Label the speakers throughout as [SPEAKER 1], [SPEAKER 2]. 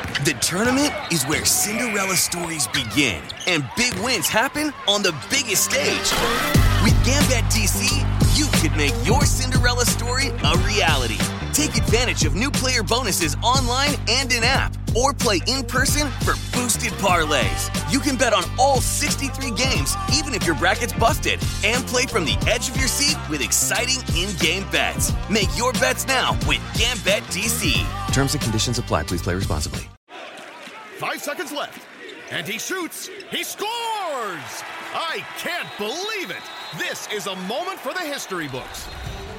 [SPEAKER 1] The tournament is where Cinderella stories begin and big wins happen on the biggest stage. With Gambit DC, you could make your Cinderella story a reality. Take advantage of new player bonuses online and in app, or play in person for boosted parlays. You can bet on all 63 games, even if your bracket's busted, and play from the edge of your seat with exciting in game bets. Make your bets now with Gambit DC.
[SPEAKER 2] Terms and conditions apply. Please play responsibly.
[SPEAKER 3] Five seconds left. And he shoots. He scores! I can't believe it. This is a moment for the history books.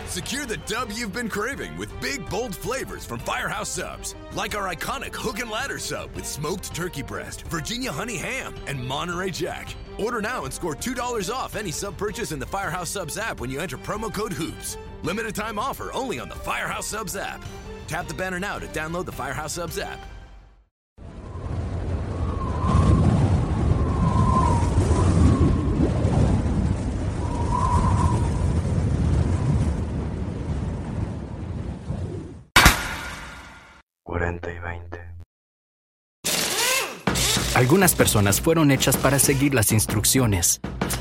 [SPEAKER 4] Secure the dub you've been craving with big, bold flavors from Firehouse Subs, like our iconic hook and ladder sub with smoked turkey breast, Virginia honey ham, and Monterey Jack. Order now and score $2 off any sub purchase in the Firehouse Subs app when you enter promo code HOOPS. Limited time offer only on the Firehouse Subs app. Tap the banner now to download the Firehouse Subs app.
[SPEAKER 5] Algunas personas fueron hechas para seguir las instrucciones.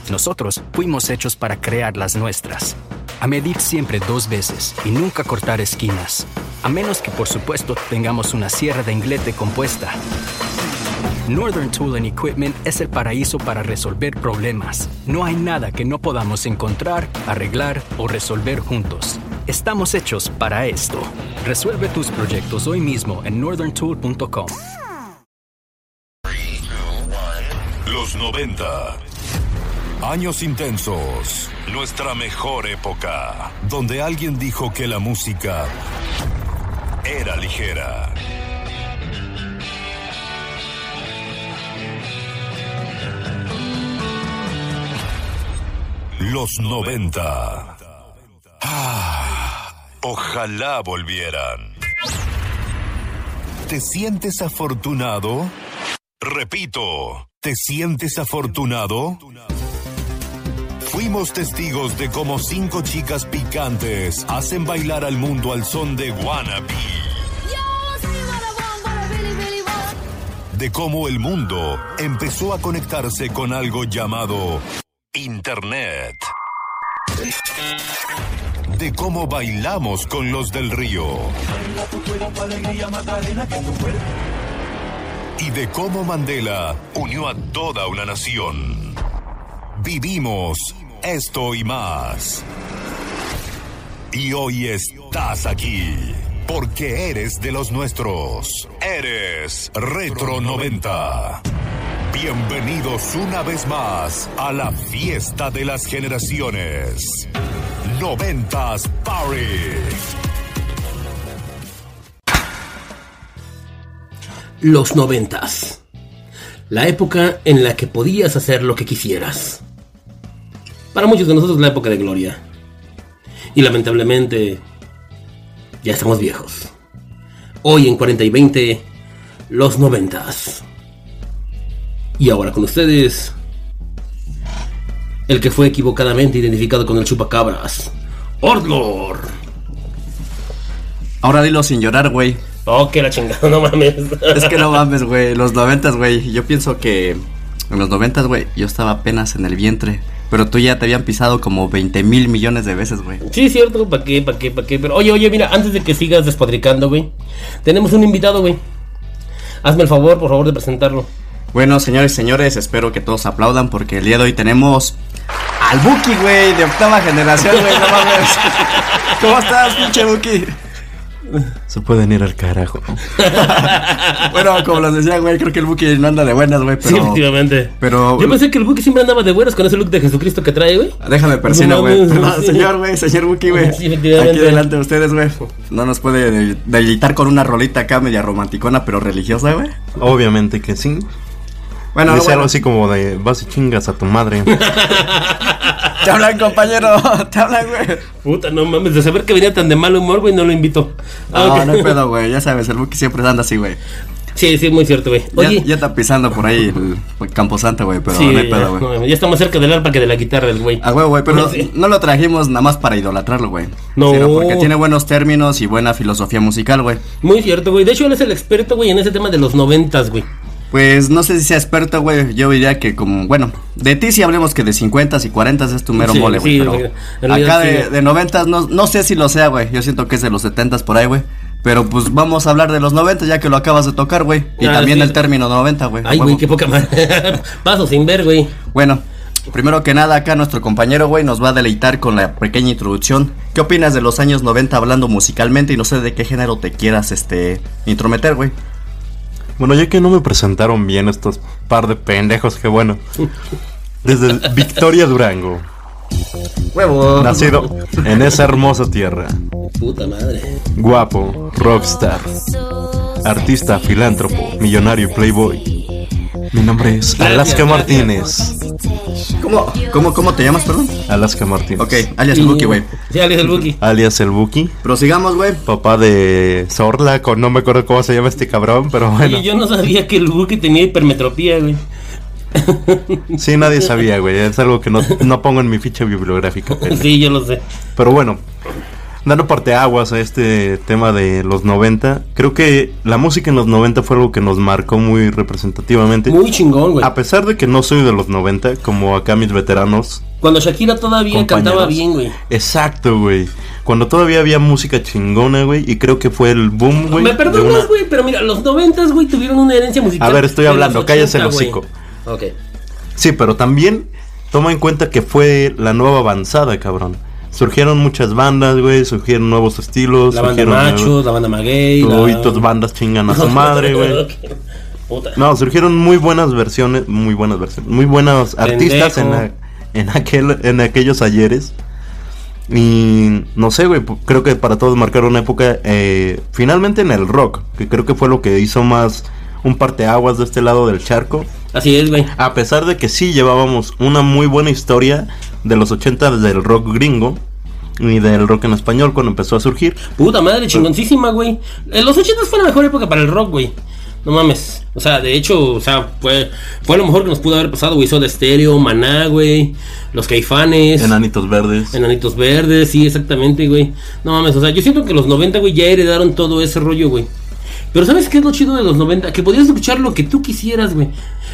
[SPEAKER 5] Nosotros fuimos hechos para crear las nuestras. A medir siempre dos veces y nunca cortar esquinas. A menos que, por supuesto, tengamos una sierra de inglete compuesta. Northern Tool and Equipment es el paraíso para resolver problemas. No hay nada que no podamos encontrar, arreglar o resolver juntos. Estamos hechos para esto. Resuelve tus proyectos hoy mismo en northerntool.com.
[SPEAKER 6] Los 90. Años intensos. Nuestra mejor época. Donde alguien dijo que la música era ligera. Los 90. Ah, ojalá volvieran. ¿Te sientes afortunado? Repito, ¿te sientes afortunado? Fuimos testigos de cómo cinco chicas picantes hacen bailar al mundo al son de Wannabe. De cómo el mundo empezó a conectarse con algo llamado Internet. De cómo bailamos con los del río. Y de cómo Mandela unió a toda una nación. Vivimos esto y más. Y hoy estás aquí. Porque eres de los nuestros. Eres Retro 90. Bienvenidos una vez más a la fiesta de las generaciones. Noventas Party.
[SPEAKER 7] Los noventas. La época en la que podías hacer lo que quisieras. Para muchos de nosotros la época de gloria. Y lamentablemente ya estamos viejos. Hoy en 40 y 20, los noventas. Y ahora con ustedes, el que fue equivocadamente identificado con el chupacabras, Ordlor.
[SPEAKER 8] Ahora dilo sin llorar, güey.
[SPEAKER 7] Oh, que la chingada, no mames.
[SPEAKER 8] Es que no mames, güey. Los noventas, güey. Yo pienso que en los noventas, güey, yo estaba apenas en el vientre. Pero tú ya te habían pisado como 20 mil millones de veces, güey.
[SPEAKER 7] Sí, cierto, ¿para qué, para qué, para qué? Pero oye, oye, mira, antes de que sigas despotricando, güey, tenemos un invitado, güey. Hazme el favor, por favor, de presentarlo.
[SPEAKER 8] Bueno, señores y señores, espero que todos aplaudan porque el día de hoy tenemos al Buki, güey, de octava generación, güey, no mames. ¿Cómo estás, pinche Buki?
[SPEAKER 9] Se pueden ir al carajo.
[SPEAKER 8] bueno, como les decía, güey, creo que el Buki no anda de buenas, güey, pero...
[SPEAKER 7] Sí, efectivamente.
[SPEAKER 8] Pero...
[SPEAKER 7] Yo pensé que el Buki siempre andaba de buenas con ese look de Jesucristo que trae, güey.
[SPEAKER 8] Déjame persino, güey.
[SPEAKER 7] No mames,
[SPEAKER 8] Perdón,
[SPEAKER 7] sí.
[SPEAKER 8] señor, güey, señor Buki, güey.
[SPEAKER 7] Sí, efectivamente.
[SPEAKER 8] Aquí delante de ustedes, güey. No nos puede de- deleitar con una rolita acá media romanticona, pero religiosa, güey.
[SPEAKER 9] Obviamente que sí.
[SPEAKER 8] Bueno,
[SPEAKER 9] Dice
[SPEAKER 8] bueno.
[SPEAKER 9] algo así como de vas y chingas a tu madre.
[SPEAKER 8] Te hablan, compañero. Te hablan, güey.
[SPEAKER 7] Puta, no mames, de saber que venía tan de mal humor, güey, no lo invito. Ah,
[SPEAKER 8] No,
[SPEAKER 7] ok.
[SPEAKER 8] no hay pedo, güey. Ya sabes, el Buki siempre anda así, güey.
[SPEAKER 7] Sí, sí, muy cierto, güey.
[SPEAKER 5] Ya,
[SPEAKER 7] Oye,
[SPEAKER 5] ya está pisando por ahí el, el Camposanto, güey, pero
[SPEAKER 7] sí,
[SPEAKER 5] no hay
[SPEAKER 7] ya,
[SPEAKER 5] pedo, güey.
[SPEAKER 7] no, ya está más cerca del arpa que de la guitarra el güey.
[SPEAKER 5] Ah, güey, güey, pero
[SPEAKER 7] Sí.
[SPEAKER 5] no lo trajimos nada más para idolatrarlo, güey.
[SPEAKER 7] No.
[SPEAKER 5] Sino porque tiene buenos términos y buena filosofía musical, güey.
[SPEAKER 7] Muy cierto, güey. De hecho, él es el experto, güey, en ese tema de los noventas, güey.
[SPEAKER 5] Pues no sé si sea experto, güey. Yo diría que como, bueno, de ti si hablemos que de 50 y 40 es tu mero
[SPEAKER 7] Sí,
[SPEAKER 5] mole, güey.
[SPEAKER 7] sí,
[SPEAKER 5] pero
[SPEAKER 7] güey. En realidad
[SPEAKER 5] acá de,
[SPEAKER 7] sí.
[SPEAKER 5] de 90 no, no sé si lo sea, güey. Yo siento que es de los 70 por ahí, güey. Pero pues vamos a hablar de los 90 ya que lo acabas de tocar, güey. Y
[SPEAKER 7] Ah,
[SPEAKER 5] también
[SPEAKER 7] sí.
[SPEAKER 5] el término 90, güey.
[SPEAKER 7] Ay,
[SPEAKER 5] a
[SPEAKER 7] güey,
[SPEAKER 5] huevo.
[SPEAKER 7] qué poca madre. Paso sin ver, güey.
[SPEAKER 5] Bueno, primero que nada acá nuestro compañero, güey, nos va a deleitar con la pequeña introducción. ¿Qué opinas de los años 90 hablando musicalmente? Y no sé de qué género te quieras, este, intrometer, güey.
[SPEAKER 8] Bueno, ya que no me presentaron bien estos par de pendejos, que bueno. Desde Victoria Durango,
[SPEAKER 5] Huevo.
[SPEAKER 8] nacido en esa hermosa tierra.
[SPEAKER 7] Puta madre.
[SPEAKER 8] Guapo, rockstar, artista, filántropo, millonario y playboy. Mi nombre es Alaska Martínez.
[SPEAKER 5] ¿Cómo, cómo, cómo te llamas, perdón?
[SPEAKER 8] Alaska Martínez.
[SPEAKER 5] Ok, alias el Buki, güey.
[SPEAKER 7] Sí, Alex el Buki.
[SPEAKER 8] Alias el Buki.
[SPEAKER 5] Prosigamos, güey.
[SPEAKER 8] Papá de Zorlaco, no me acuerdo cómo se llama este cabrón, pero bueno.
[SPEAKER 7] Y yo no sabía que el Buki tenía hipermetropía, güey.
[SPEAKER 8] Sí, nadie sabía, güey. Es algo que no, no pongo en mi ficha bibliográfica. pero-
[SPEAKER 7] Sí, yo lo sé.
[SPEAKER 8] Pero bueno, dando parteaguas a este tema de los 90, creo que la música en los 90 fue algo que nos marcó muy representativamente.
[SPEAKER 7] Muy chingón, güey.
[SPEAKER 8] a pesar de que no soy de los 90, como acá mis veteranos.
[SPEAKER 7] Cuando Shakira todavía cantaba
[SPEAKER 8] compañeros.
[SPEAKER 7] bien, güey.
[SPEAKER 8] Exacto, güey. Cuando todavía había música chingona, güey. Y creo que fue el boom, güey.
[SPEAKER 7] Me
[SPEAKER 8] de
[SPEAKER 7] perdonas,
[SPEAKER 8] una-
[SPEAKER 7] güey, pero mira, los noventas, güey, tuvieron una herencia musical.
[SPEAKER 8] A ver, estoy
[SPEAKER 7] de
[SPEAKER 8] hablando,
[SPEAKER 7] los
[SPEAKER 8] cállese el
[SPEAKER 7] 80, güey.
[SPEAKER 8] hocico.
[SPEAKER 7] Ok.
[SPEAKER 8] Sí, pero también toma en cuenta que fue la nueva avanzada, cabrón. Surgieron muchas bandas, güey. Surgieron nuevos estilos.
[SPEAKER 7] La banda
[SPEAKER 8] surgieron
[SPEAKER 7] Machos, la banda Maguey. la-
[SPEAKER 8] Uy, tus bandas chingan a su madre, güey.
[SPEAKER 7] Ok. Puta.
[SPEAKER 8] No, surgieron muy buenas versiones, muy buenas versiones, muy buenos artistas en,
[SPEAKER 7] Pendejo.
[SPEAKER 8] a- en aquel, en aquellos ayeres. Y no sé, güey, pu- creo que para todos marcaron una época, eh, finalmente en el rock, que creo que fue lo que hizo más un parteaguas de este lado del charco.
[SPEAKER 7] Así es, güey.
[SPEAKER 8] A pesar de que sí llevábamos una muy buena historia de los 80 del rock gringo y del rock en español cuando empezó a surgir.
[SPEAKER 7] Puta madre, chingoncísima, güey. Eh, Los 80 fue la mejor época para el rock, güey. No mames. O sea, de hecho, o sea, fue, fue lo mejor que nos pudo haber pasado, güey. Soda Stereo, Maná, güey. Los Caifanes.
[SPEAKER 8] Enanitos Verdes.
[SPEAKER 7] Enanitos Verdes, sí, exactamente, güey. No mames, o sea, yo siento que los 90, güey, ya heredaron todo ese rollo, güey. Pero ¿sabes qué es lo chido de los 90? Que podías escuchar lo que tú quisieras, güey.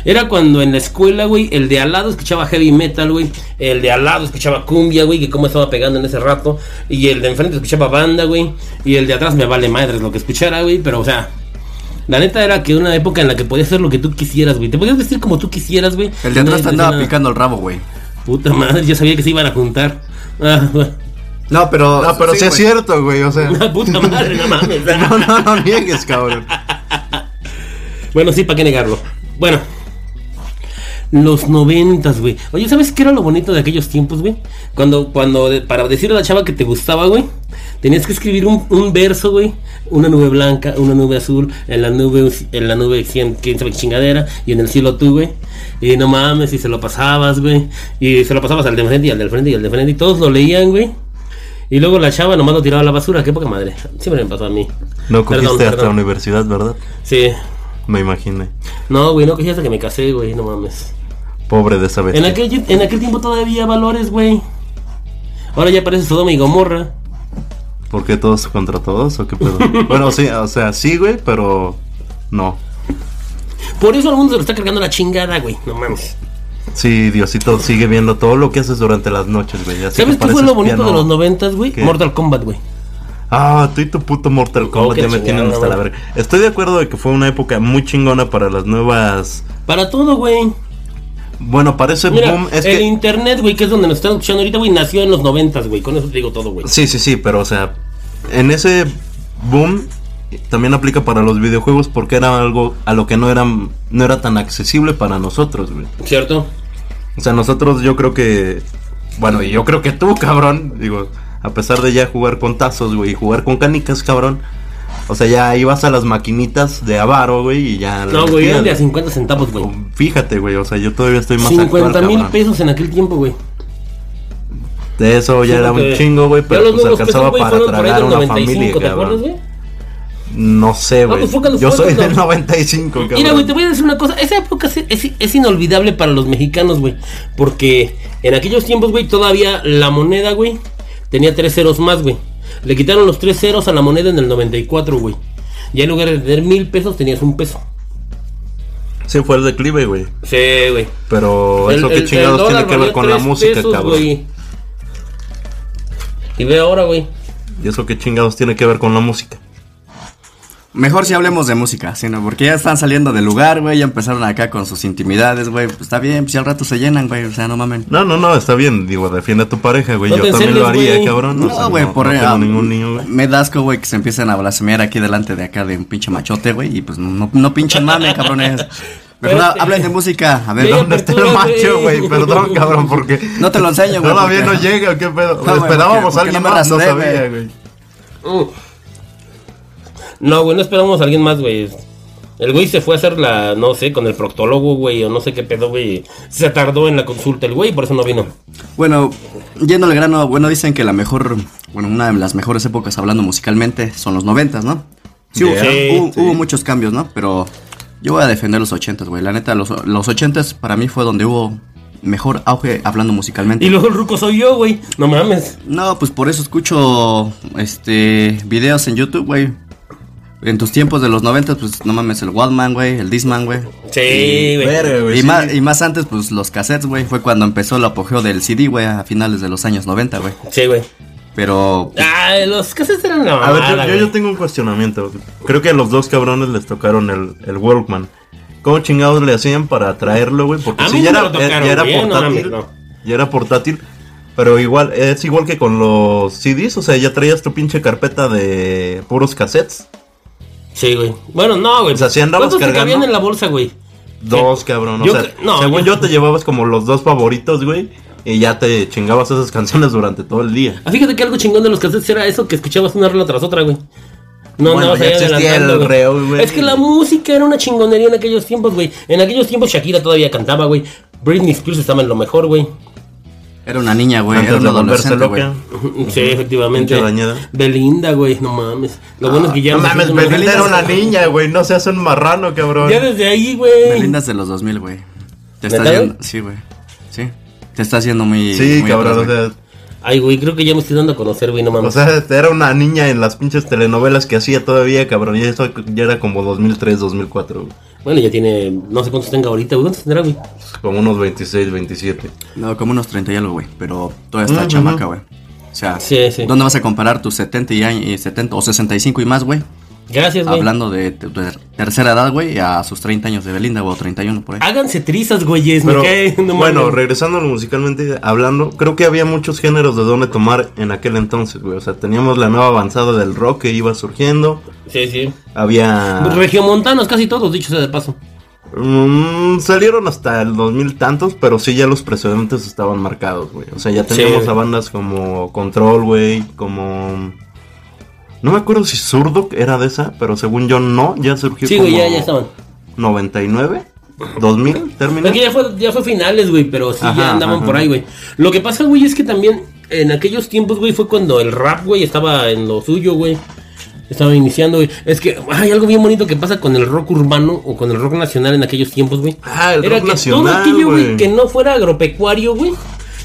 [SPEAKER 7] Era cuando en la escuela, güey, el de al lado escuchaba heavy metal, güey. El de al lado escuchaba cumbia, güey, que cómo estaba pegando en ese rato. Y el de enfrente escuchaba banda, güey. Y el de atrás me vale madres lo que escuchara, güey. Pero, o sea, la neta era que una época en la que podías hacer lo que tú quisieras, güey. Te podías vestir como tú quisieras, güey.
[SPEAKER 5] El de
[SPEAKER 7] Y nadie
[SPEAKER 5] atrás te
[SPEAKER 7] decía
[SPEAKER 5] andaba
[SPEAKER 7] nada.
[SPEAKER 5] picando el rabo, güey.
[SPEAKER 7] Puta madre, yo sabía que se iban a juntar. Ah, güey.
[SPEAKER 5] No, pero.
[SPEAKER 8] Ah, pero sí, es
[SPEAKER 5] güey.
[SPEAKER 8] cierto, güey, o sea.
[SPEAKER 7] Ah, Puta madre, no mames.
[SPEAKER 8] No, no, no niegues, cabrón.
[SPEAKER 7] Bueno, sí, ¿para qué negarlo? Bueno, los noventas, güey. Oye, ¿sabes qué era lo bonito de aquellos tiempos, güey? Cuando, cuando, de- para decirle a la chava que te gustaba, güey, tenías que escribir un, un verso, güey. Una nube blanca, una nube azul, en la nube, un ci- en la nube, cien, quién sabe qué chingadera, y en el cielo tú, güey. Y no mames, y se lo pasabas, güey. Y se lo pasabas al de frente y al del frente y al de frente, y todos lo leían, güey. Y luego la chava nomás lo tiraba a la basura, qué poca madre. Siempre me pasó a mí.
[SPEAKER 8] No cogiste
[SPEAKER 7] Perdón,
[SPEAKER 8] hasta la
[SPEAKER 7] perdón.
[SPEAKER 8] universidad, ¿verdad?
[SPEAKER 7] Sí.
[SPEAKER 8] Me imaginé.
[SPEAKER 7] No, güey, no cogí hasta que me casé, güey, no mames.
[SPEAKER 8] Pobre de esa
[SPEAKER 7] En
[SPEAKER 8] bestia.
[SPEAKER 7] aquel, en aquel tiempo todavía había valores, güey. Ahora ya parece Sodoma y Gomorra.
[SPEAKER 8] ¿Por qué todos contra todos o qué pedo? bueno, sí, o sea, sí, güey, pero no.
[SPEAKER 7] Por eso al mundo se lo está cargando la chingada, güey. No mames.
[SPEAKER 8] Sí, Diosito sigue viendo todo lo que haces durante las noches, güey. así
[SPEAKER 7] ¿Sabes
[SPEAKER 8] que
[SPEAKER 7] qué fue
[SPEAKER 8] pareces
[SPEAKER 7] lo bonito de
[SPEAKER 8] piano.
[SPEAKER 7] los noventas, güey?
[SPEAKER 8] ¿Qué?
[SPEAKER 7] Mortal Kombat, güey.
[SPEAKER 8] Ah, tú y tu puto Mortal Kombat
[SPEAKER 7] Oh, qué
[SPEAKER 8] ya me
[SPEAKER 7] chingada,
[SPEAKER 8] tienen hasta la
[SPEAKER 7] güey.
[SPEAKER 8] verga. Estoy de acuerdo de que fue una época muy chingona para las nuevas.
[SPEAKER 7] Para todo, güey.
[SPEAKER 8] Bueno, parece
[SPEAKER 7] Mira,
[SPEAKER 8] boom. Es
[SPEAKER 7] el
[SPEAKER 8] que.
[SPEAKER 7] internet, güey, que es donde nos están escuchando ahorita, güey, nació en los noventas, güey. Con eso te digo todo, güey.
[SPEAKER 8] Sí, sí, sí, pero o sea, en ese boom también aplica para los videojuegos porque era algo a lo que no eran no era tan accesible para nosotros, güey.
[SPEAKER 7] ¿Cierto?
[SPEAKER 8] O sea, nosotros yo creo que bueno, y yo creo que tú, cabrón, digo, a pesar de ya jugar con tazos, güey, y jugar con canicas, cabrón. O sea, ya ibas a las maquinitas de avaro, güey, y ya
[SPEAKER 7] No,
[SPEAKER 8] las
[SPEAKER 7] güey,
[SPEAKER 8] hacías.
[SPEAKER 7] eran de a 50 centavos, güey.
[SPEAKER 8] Fíjate, güey, o sea, yo todavía estoy más
[SPEAKER 7] 50
[SPEAKER 8] actual,
[SPEAKER 7] mil
[SPEAKER 8] cabrón.
[SPEAKER 7] pesos en aquel tiempo, güey.
[SPEAKER 8] De eso ya
[SPEAKER 7] Sí,
[SPEAKER 8] era un
[SPEAKER 7] porque
[SPEAKER 8] chingo, güey,
[SPEAKER 7] ya
[SPEAKER 8] pero
[SPEAKER 7] los
[SPEAKER 8] pues
[SPEAKER 7] nuevos
[SPEAKER 8] alcanzaba
[SPEAKER 7] pesos, güey,
[SPEAKER 8] para
[SPEAKER 7] fueron por ahí
[SPEAKER 8] tragar
[SPEAKER 7] del
[SPEAKER 8] una familia,
[SPEAKER 7] ¿te
[SPEAKER 8] cabrón.
[SPEAKER 7] acuerdas, güey?
[SPEAKER 8] No sé,
[SPEAKER 7] Vamos,
[SPEAKER 8] güey.
[SPEAKER 7] enfócalo,
[SPEAKER 8] Yo soy
[SPEAKER 7] enfócalo.
[SPEAKER 8] del 95,
[SPEAKER 7] Mira, güey,
[SPEAKER 8] cabrón.
[SPEAKER 7] te voy a decir una cosa. Esa época es, es- es inolvidable para los mexicanos, güey. Porque en aquellos tiempos, güey, todavía la moneda, güey, tenía tres ceros más, güey. Le quitaron los tres ceros a la moneda en el 94, güey. Ya en lugar de tener mil pesos, tenías un peso.
[SPEAKER 8] Sí, fue el declive, güey.
[SPEAKER 7] Sí, güey.
[SPEAKER 8] Pero Oh, eso
[SPEAKER 7] El-
[SPEAKER 8] qué
[SPEAKER 7] el-
[SPEAKER 8] chingados
[SPEAKER 7] el
[SPEAKER 8] tiene
[SPEAKER 7] dólar
[SPEAKER 8] que ver
[SPEAKER 7] valía
[SPEAKER 8] con la
[SPEAKER 7] tres
[SPEAKER 8] música,
[SPEAKER 7] pesos,
[SPEAKER 8] cabrón.
[SPEAKER 7] güey. Y ve ahora, güey.
[SPEAKER 8] Y eso qué chingados tiene que ver con la música.
[SPEAKER 5] Mejor si hablemos de música, sí, ¿no? Porque ya están saliendo del lugar, güey. Ya empezaron acá con sus intimidades, güey. Pues está bien, pues ya al rato se llenan, güey. O sea, no mamen.
[SPEAKER 8] No, no, no, está bien. Digo, defiende a tu pareja, güey.
[SPEAKER 7] No
[SPEAKER 8] Yo
[SPEAKER 7] te
[SPEAKER 8] también lo
[SPEAKER 7] enceles,
[SPEAKER 8] haría,
[SPEAKER 7] güey.
[SPEAKER 8] cabrón. O sea,
[SPEAKER 5] No, güey, por
[SPEAKER 8] no
[SPEAKER 5] real.
[SPEAKER 8] tengo ningún niño, güey.
[SPEAKER 5] Me da asco, güey, que se empiecen a blasfear aquí delante de acá de un pinche machote, güey. Y pues no, no pinchen mame, cabrones. Pero no,
[SPEAKER 7] Espérate.
[SPEAKER 5] hablen de música. A ver,
[SPEAKER 7] Ve,
[SPEAKER 5] no,
[SPEAKER 8] ¿Dónde está el
[SPEAKER 7] apertura,
[SPEAKER 8] macho,
[SPEAKER 7] güey.
[SPEAKER 8] güey? Perdón, cabrón, porque.
[SPEAKER 5] no te lo enseño, güey.
[SPEAKER 8] Todavía no
[SPEAKER 5] porque-
[SPEAKER 8] llega, ¿qué pedo?
[SPEAKER 5] No, güey,
[SPEAKER 8] Esperábamos
[SPEAKER 5] porque-
[SPEAKER 8] a
[SPEAKER 5] porque
[SPEAKER 8] alguien
[SPEAKER 5] no me
[SPEAKER 8] más, no
[SPEAKER 5] rasuré,
[SPEAKER 8] sabía,
[SPEAKER 5] güey.
[SPEAKER 8] güey.
[SPEAKER 7] Mm. No, güey, no esperamos a alguien más, güey. El güey se fue a hacer la, no sé, con el proctólogo, güey, o no sé qué pedo, güey. Se tardó en la consulta el güey, por eso no vino.
[SPEAKER 5] Bueno, yendo al grano, bueno, dicen que la mejor, bueno, una de las mejores épocas hablando musicalmente son los noventas, ¿no? Sí, hubo-
[SPEAKER 8] Yeah.
[SPEAKER 7] Sí,
[SPEAKER 5] hubo, hubo muchos cambios, ¿no? Pero yo voy a defender los ochentas, güey. La neta, los, los ochentas para mí fue donde hubo mejor auge hablando musicalmente.
[SPEAKER 7] Y luego el ruco soy yo, güey. No mames.
[SPEAKER 5] No, pues por eso escucho este videos en YouTube, güey. En tus tiempos de los noventas, pues no mames, el Wallman, güey, el Disman, güey.
[SPEAKER 7] Sí, güey.
[SPEAKER 8] Verga, güey.
[SPEAKER 5] Y
[SPEAKER 8] sí.
[SPEAKER 5] más, y más antes, pues los cassettes, güey. Fue cuando empezó el apogeo del CD, güey, a finales de los años 90, güey.
[SPEAKER 7] Sí, güey.
[SPEAKER 5] Pero
[SPEAKER 7] Ah, los cassettes eran una
[SPEAKER 8] A ver,
[SPEAKER 7] mamada,
[SPEAKER 8] yo- yo, yo
[SPEAKER 7] güey.
[SPEAKER 8] tengo un cuestionamiento. Creo que a los dos cabrones les tocaron el, el Walkman. ¿Cómo chingados le hacían para traerlo, güey? Porque
[SPEAKER 7] A
[SPEAKER 8] sí,
[SPEAKER 7] mí
[SPEAKER 8] ya
[SPEAKER 7] no me
[SPEAKER 8] era,
[SPEAKER 7] lo tocaron,
[SPEAKER 8] ya era
[SPEAKER 7] güey, no
[SPEAKER 8] portátil.
[SPEAKER 7] mames, no.
[SPEAKER 8] Ya era portátil. Pero igual, es igual que con los CDs. O sea, ya traías tu pinche carpeta de puros cassettes.
[SPEAKER 7] Sí, güey. Bueno, no, güey.
[SPEAKER 8] O sea, sí andabas
[SPEAKER 7] ¿Cuántos te
[SPEAKER 8] cargando?
[SPEAKER 7] cabían en la bolsa, güey?
[SPEAKER 8] Dos, cabrón. O
[SPEAKER 7] Yo
[SPEAKER 8] sea,
[SPEAKER 7] cre- no,
[SPEAKER 8] según
[SPEAKER 7] yo-
[SPEAKER 8] yo te llevabas como los dos favoritos, güey. Y ya te chingabas esas canciones durante todo el día.
[SPEAKER 7] Ah, fíjate que algo chingón de los cassettes era eso que escuchabas una rola tras otra, güey. No,
[SPEAKER 8] Bueno,
[SPEAKER 7] no,
[SPEAKER 8] ya existía el reo, güey.
[SPEAKER 7] Es que la música era una chingonería en aquellos tiempos, güey. En aquellos tiempos Shakira todavía cantaba, güey. Britney Spears estaba en lo mejor, güey.
[SPEAKER 5] Era una niña, güey. Era
[SPEAKER 8] antes
[SPEAKER 5] un
[SPEAKER 8] de volverse
[SPEAKER 5] adolescente,
[SPEAKER 8] loca.
[SPEAKER 5] güey.
[SPEAKER 7] Sí, efectivamente.
[SPEAKER 8] Pinche dañada.
[SPEAKER 7] Belinda, güey, no mames. Lo bueno es que ya
[SPEAKER 8] No
[SPEAKER 7] nos
[SPEAKER 8] mames,
[SPEAKER 7] hicimos-
[SPEAKER 8] Belinda era una niña, güey. No seas un marrano, cabrón.
[SPEAKER 7] Ya desde ahí, güey.
[SPEAKER 5] Belinda es de los 2000, güey. Te estás
[SPEAKER 7] ¿Neta,
[SPEAKER 5] yendo.
[SPEAKER 7] güey?
[SPEAKER 5] Sí, güey. Sí. Te estás yendo muy.
[SPEAKER 8] Sí,
[SPEAKER 5] muy
[SPEAKER 8] cabrón,
[SPEAKER 5] atrás,
[SPEAKER 8] o
[SPEAKER 5] güey.
[SPEAKER 8] sea,
[SPEAKER 7] Ay, güey, creo que ya me estoy dando a conocer, güey, no
[SPEAKER 8] o
[SPEAKER 7] mames.
[SPEAKER 8] sea, era una niña en las pinches telenovelas que hacía todavía, cabrón, y eso ya era como 2003, 2004, güey.
[SPEAKER 7] bueno, ya tiene, no sé cuántos tenga ahorita, güey. ¿Cuántos tendrá, güey?
[SPEAKER 8] como unos 26, 27.
[SPEAKER 5] No, como unos 30 y algo, güey. Pero todavía está
[SPEAKER 8] Ujú.
[SPEAKER 5] chamaca, güey. O sea,
[SPEAKER 7] Sí, sí.
[SPEAKER 5] ¿dónde vas a comparar tus 70 y años, y 70 o 65 y más, güey?
[SPEAKER 7] Gracias, güey.
[SPEAKER 5] Hablando de, te- de tercera edad, güey, a sus 30 años de Belinda, güey, o 31 por ahí.
[SPEAKER 7] Háganse trizas, güeyes, me
[SPEAKER 8] Pero,
[SPEAKER 7] cae, no
[SPEAKER 8] bueno,
[SPEAKER 7] mames.
[SPEAKER 8] regresando musicalmente hablando, creo que había muchos géneros de dónde tomar en aquel entonces, güey. O sea, teníamos la nueva avanzada del rock que iba surgiendo,
[SPEAKER 7] Sí, sí.
[SPEAKER 8] había...
[SPEAKER 5] Ah.
[SPEAKER 7] Regiomontanos, casi todos, dicho sea de paso.
[SPEAKER 8] Mm, salieron hasta el 2000 tantos, pero sí ya los precedentes estaban marcados, güey. O sea, ya teníamos
[SPEAKER 7] Sí.
[SPEAKER 8] a bandas como Control, güey, como... No me acuerdo si Zurdo era de esa, pero según yo no, ya surgió
[SPEAKER 7] Sí,
[SPEAKER 8] como...
[SPEAKER 7] güey, ya, ya estaban.
[SPEAKER 8] 99, 2000, terminó.
[SPEAKER 7] Es que ya fue, ya fue finales, güey, pero sí, ya
[SPEAKER 8] Ajá,
[SPEAKER 7] andaban
[SPEAKER 8] ajá.
[SPEAKER 7] por ahí, güey. Lo que pasa, güey, es que también en aquellos tiempos, güey, fue cuando el rap, güey, estaba en lo suyo, güey. Estaba iniciando, güey. Es que hay algo bien bonito que pasa con el rock urbano o con el rock nacional en aquellos tiempos, güey.
[SPEAKER 8] Ah, el
[SPEAKER 7] Era
[SPEAKER 8] rock
[SPEAKER 7] que todo
[SPEAKER 8] nacional,
[SPEAKER 7] aquello, güey,
[SPEAKER 8] güey.
[SPEAKER 7] que no fuera agropecuario, güey.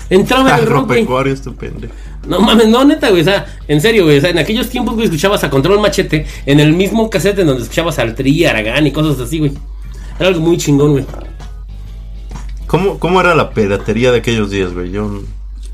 [SPEAKER 7] Entraba en el rock, güey.
[SPEAKER 8] Agropecuario, estupendo.
[SPEAKER 7] No mames, no, neta, güey. O sea, en serio, güey. O sea, en aquellos tiempos, güey, escuchabas a Control Machete en el mismo cassette en donde escuchabas al Tri, Aragán y cosas así, güey. Era algo muy chingón, güey.
[SPEAKER 8] ¿Cómo, ¿Cómo era la piratería de aquellos días, güey? Yo,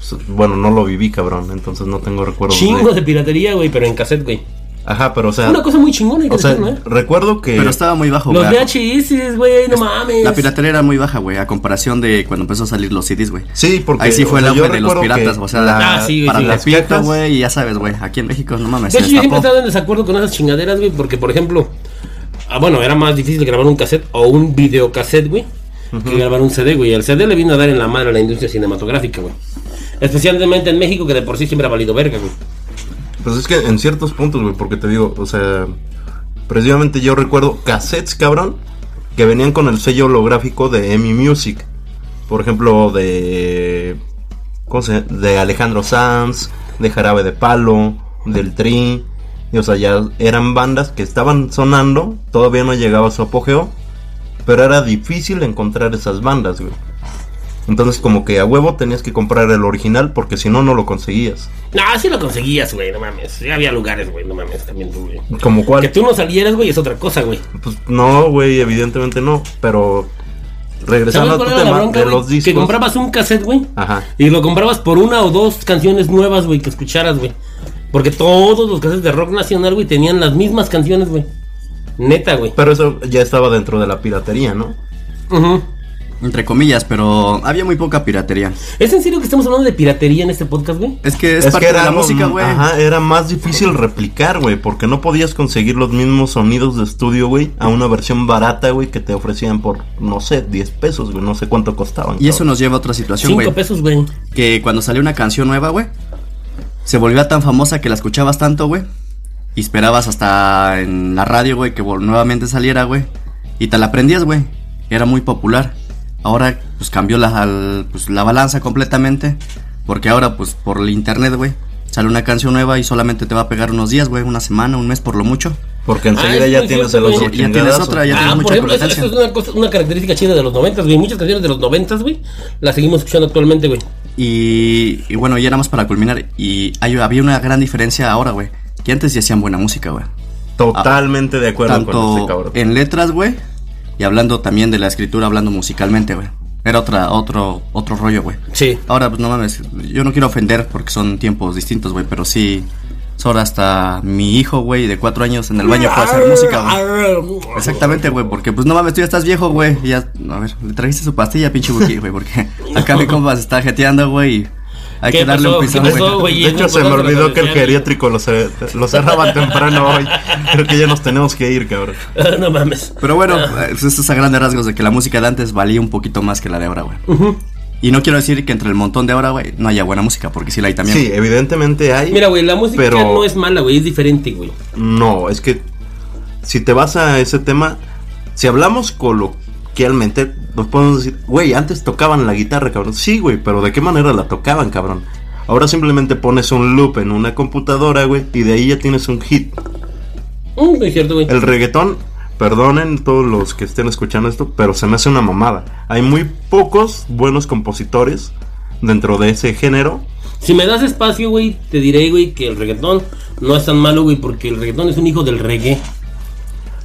[SPEAKER 8] pues, bueno, no lo viví, cabrón, entonces no tengo recuerdos
[SPEAKER 7] Chingo
[SPEAKER 8] de...
[SPEAKER 7] de piratería, güey, pero en cassette, güey.
[SPEAKER 8] Ajá, pero o sea...
[SPEAKER 7] Una cosa muy chingona, hay que
[SPEAKER 8] Ah. o sea,
[SPEAKER 7] decirlo, ¿eh?
[SPEAKER 8] recuerdo que...
[SPEAKER 5] Pero estaba muy bajo,
[SPEAKER 7] Los
[SPEAKER 5] güey.
[SPEAKER 7] VHS, güey, no mames.
[SPEAKER 5] La piratería era muy baja, güey, a comparación de cuando empezó a salir los CDs, güey.
[SPEAKER 8] Sí, porque
[SPEAKER 5] Ahí sí
[SPEAKER 8] o
[SPEAKER 5] fue el
[SPEAKER 8] sea, yo
[SPEAKER 5] auge de los
[SPEAKER 8] recuerdo que
[SPEAKER 5] piratas, o sea,
[SPEAKER 8] la-
[SPEAKER 7] Ah, sí,
[SPEAKER 5] para
[SPEAKER 7] sí,
[SPEAKER 5] la
[SPEAKER 8] las
[SPEAKER 5] pita,
[SPEAKER 8] cajas-
[SPEAKER 5] güey, y ya sabes, güey, aquí en México, no mames,
[SPEAKER 7] De hecho,
[SPEAKER 5] se
[SPEAKER 7] yo siempre he
[SPEAKER 5] destapó.
[SPEAKER 7] estado en desacuerdo con esas chingaderas, güey, porque, por ejemplo, ah, bueno, era más difícil grabar un cassette o un videocassette, güey, que grabar un CD, güey. El CD le vino a dar en la madre a la industria cinematográfica, güey. Especialmente en México, que de por sí siempre ha valido verga, güey.
[SPEAKER 8] Pues es que en ciertos puntos, güey, porque te digo, o sea, precisamente yo recuerdo cassettes, cabrón, que venían con el sello holográfico de EMI Music. Por ejemplo, de. ¿Cómo se llama? De Alejandro Sanz, de Jarabe de Palo, del Tri. Y, o sea, ya eran bandas que estaban sonando, todavía no llegaba a su apogeo, pero era difícil encontrar esas bandas, güey. Entonces como que a huevo tenías que comprar el original porque si no, no lo conseguías.
[SPEAKER 7] No, sí lo conseguías, güey, no mames. Sí había lugares, güey, no mames, también tú, güey.
[SPEAKER 8] Como
[SPEAKER 7] Que
[SPEAKER 8] cual,
[SPEAKER 7] tú no salieras, güey, es otra cosa, güey.
[SPEAKER 8] pues no, güey, evidentemente no, pero regresando
[SPEAKER 7] ¿Sabes
[SPEAKER 8] a tu
[SPEAKER 7] cuál era la
[SPEAKER 8] tema
[SPEAKER 7] bronca,
[SPEAKER 8] de
[SPEAKER 7] güey?
[SPEAKER 8] los discos.
[SPEAKER 7] Que comprabas un cassette, güey.
[SPEAKER 8] Ajá.
[SPEAKER 7] Y lo comprabas por una o dos canciones nuevas, güey, que escucharas, güey. Porque todos los cassettes de rock nacional, güey, tenían las mismas canciones, güey. Neta, güey.
[SPEAKER 8] Pero eso ya estaba dentro de la piratería, ¿no?
[SPEAKER 7] Ujú.
[SPEAKER 5] Entre comillas, pero había muy poca piratería.
[SPEAKER 7] ¿Es en serio que estamos hablando de piratería en este podcast, güey?
[SPEAKER 5] Es que mm, es, parte de la
[SPEAKER 8] mo-
[SPEAKER 5] música, güey.
[SPEAKER 8] Ajá, era más difícil replicar, güey, porque no podías conseguir los mismos sonidos de estudio, güey, a una versión barata, güey, que te ofrecían por, no sé, 10 pesos, güey, no sé cuánto costaban.
[SPEAKER 5] Y eso
[SPEAKER 8] cabrón.
[SPEAKER 5] nos lleva a otra situación,
[SPEAKER 7] Cinco
[SPEAKER 5] güey.
[SPEAKER 7] pesos, güey.
[SPEAKER 5] Que cuando salió una canción nueva, güey, se volvía tan famosa que la escuchabas tanto, güey. Y esperabas hasta en la radio, güey, que vol- nuevamente saliera, güey. Y te la aprendías, güey. Era muy popular. Ahora, pues cambió la, al- pues, la balanza completamente. Porque ahora, pues por el internet, güey, sale una canción nueva y solamente te va a pegar unos días, güey, una semana, un mes por lo mucho.
[SPEAKER 8] Porque
[SPEAKER 7] Ah,
[SPEAKER 8] enseguida
[SPEAKER 7] es
[SPEAKER 8] ya
[SPEAKER 7] muy
[SPEAKER 8] tienes el
[SPEAKER 7] cierto,
[SPEAKER 8] otro
[SPEAKER 7] güey.
[SPEAKER 5] Ya tienes
[SPEAKER 8] chingadazo.
[SPEAKER 5] otra, ya-
[SPEAKER 7] Ah,
[SPEAKER 5] tienes
[SPEAKER 7] por
[SPEAKER 5] mucha
[SPEAKER 7] ejemplo, eso,
[SPEAKER 5] competencia.
[SPEAKER 7] eso es una, cosa- una característica chida de los noventas, güey. Muchas canciones de los noventas, güey, las seguimos escuchando actualmente, güey.
[SPEAKER 5] Y, y bueno, ya nada más para culminar. Y hay- había una gran diferencia ahora, güey. Que antes ya hacían buena música, güey.
[SPEAKER 8] Totalmente de acuerdo con este
[SPEAKER 5] Tanto
[SPEAKER 8] cabrón.
[SPEAKER 5] en letras, güey. Y hablando también de la escritura, hablando musicalmente, güey. Era otra, otro, otro rollo, güey.
[SPEAKER 7] Sí.
[SPEAKER 5] Ahora, pues no mames, yo no quiero ofender porque son tiempos distintos, güey. Pero sí, ahora hasta mi hijo, güey, de cuatro años en el baño puede hacer música, güey. Exactamente, güey, porque pues no mames, tú ya estás viejo, güey. Ya, a ver, le trajiste su pastilla, pinche buki, güey, porque acá mi compa se está jeteando, güey. y Hay
[SPEAKER 7] ¿Qué
[SPEAKER 5] que darle
[SPEAKER 7] pasó?
[SPEAKER 5] un
[SPEAKER 7] ¿Qué
[SPEAKER 5] pisón,
[SPEAKER 7] pasó,
[SPEAKER 5] güey.
[SPEAKER 7] güey?
[SPEAKER 8] De hecho,
[SPEAKER 7] Por
[SPEAKER 8] se me
[SPEAKER 7] dónde lo
[SPEAKER 8] olvidó que el
[SPEAKER 7] conocía,
[SPEAKER 8] geriátrico lo, cer- lo cerraban temprano hoy. Creo que ya nos tenemos que ir, cabrón.
[SPEAKER 7] güey? Ah, no mames. Ah.
[SPEAKER 5] Pero bueno, eh, pues, esto es a grandes rasgos de que la música de antes valía un poquito más que la de ahora, güey. Y no quiero decir que entre el montón de ahora, güey, no haya buena música, porque sí la hay también.
[SPEAKER 8] Sí, evidentemente hay.
[SPEAKER 7] Mira, güey, la música
[SPEAKER 8] pero-
[SPEAKER 7] no es mala, güey, es diferente, güey.
[SPEAKER 8] No, es que si te vas a ese tema, si hablamos coloquialmente, nos podemos decir, güey, antes tocaban la guitarra, cabrón. Sí, güey, pero ¿de qué manera la tocaban, cabrón? Ahora simplemente pones un loop en una computadora, güey, y de ahí ya tienes un hit.
[SPEAKER 7] Mm, es cierto, güey.
[SPEAKER 8] El reggaetón, perdonen todos los que estén escuchando esto, pero se me hace una mamada. Hay muy pocos buenos compositores dentro de ese género.
[SPEAKER 7] Si me das espacio, güey, te diré, güey, que el reggaetón no es tan malo, güey, porque el reggaetón es un hijo del reggae.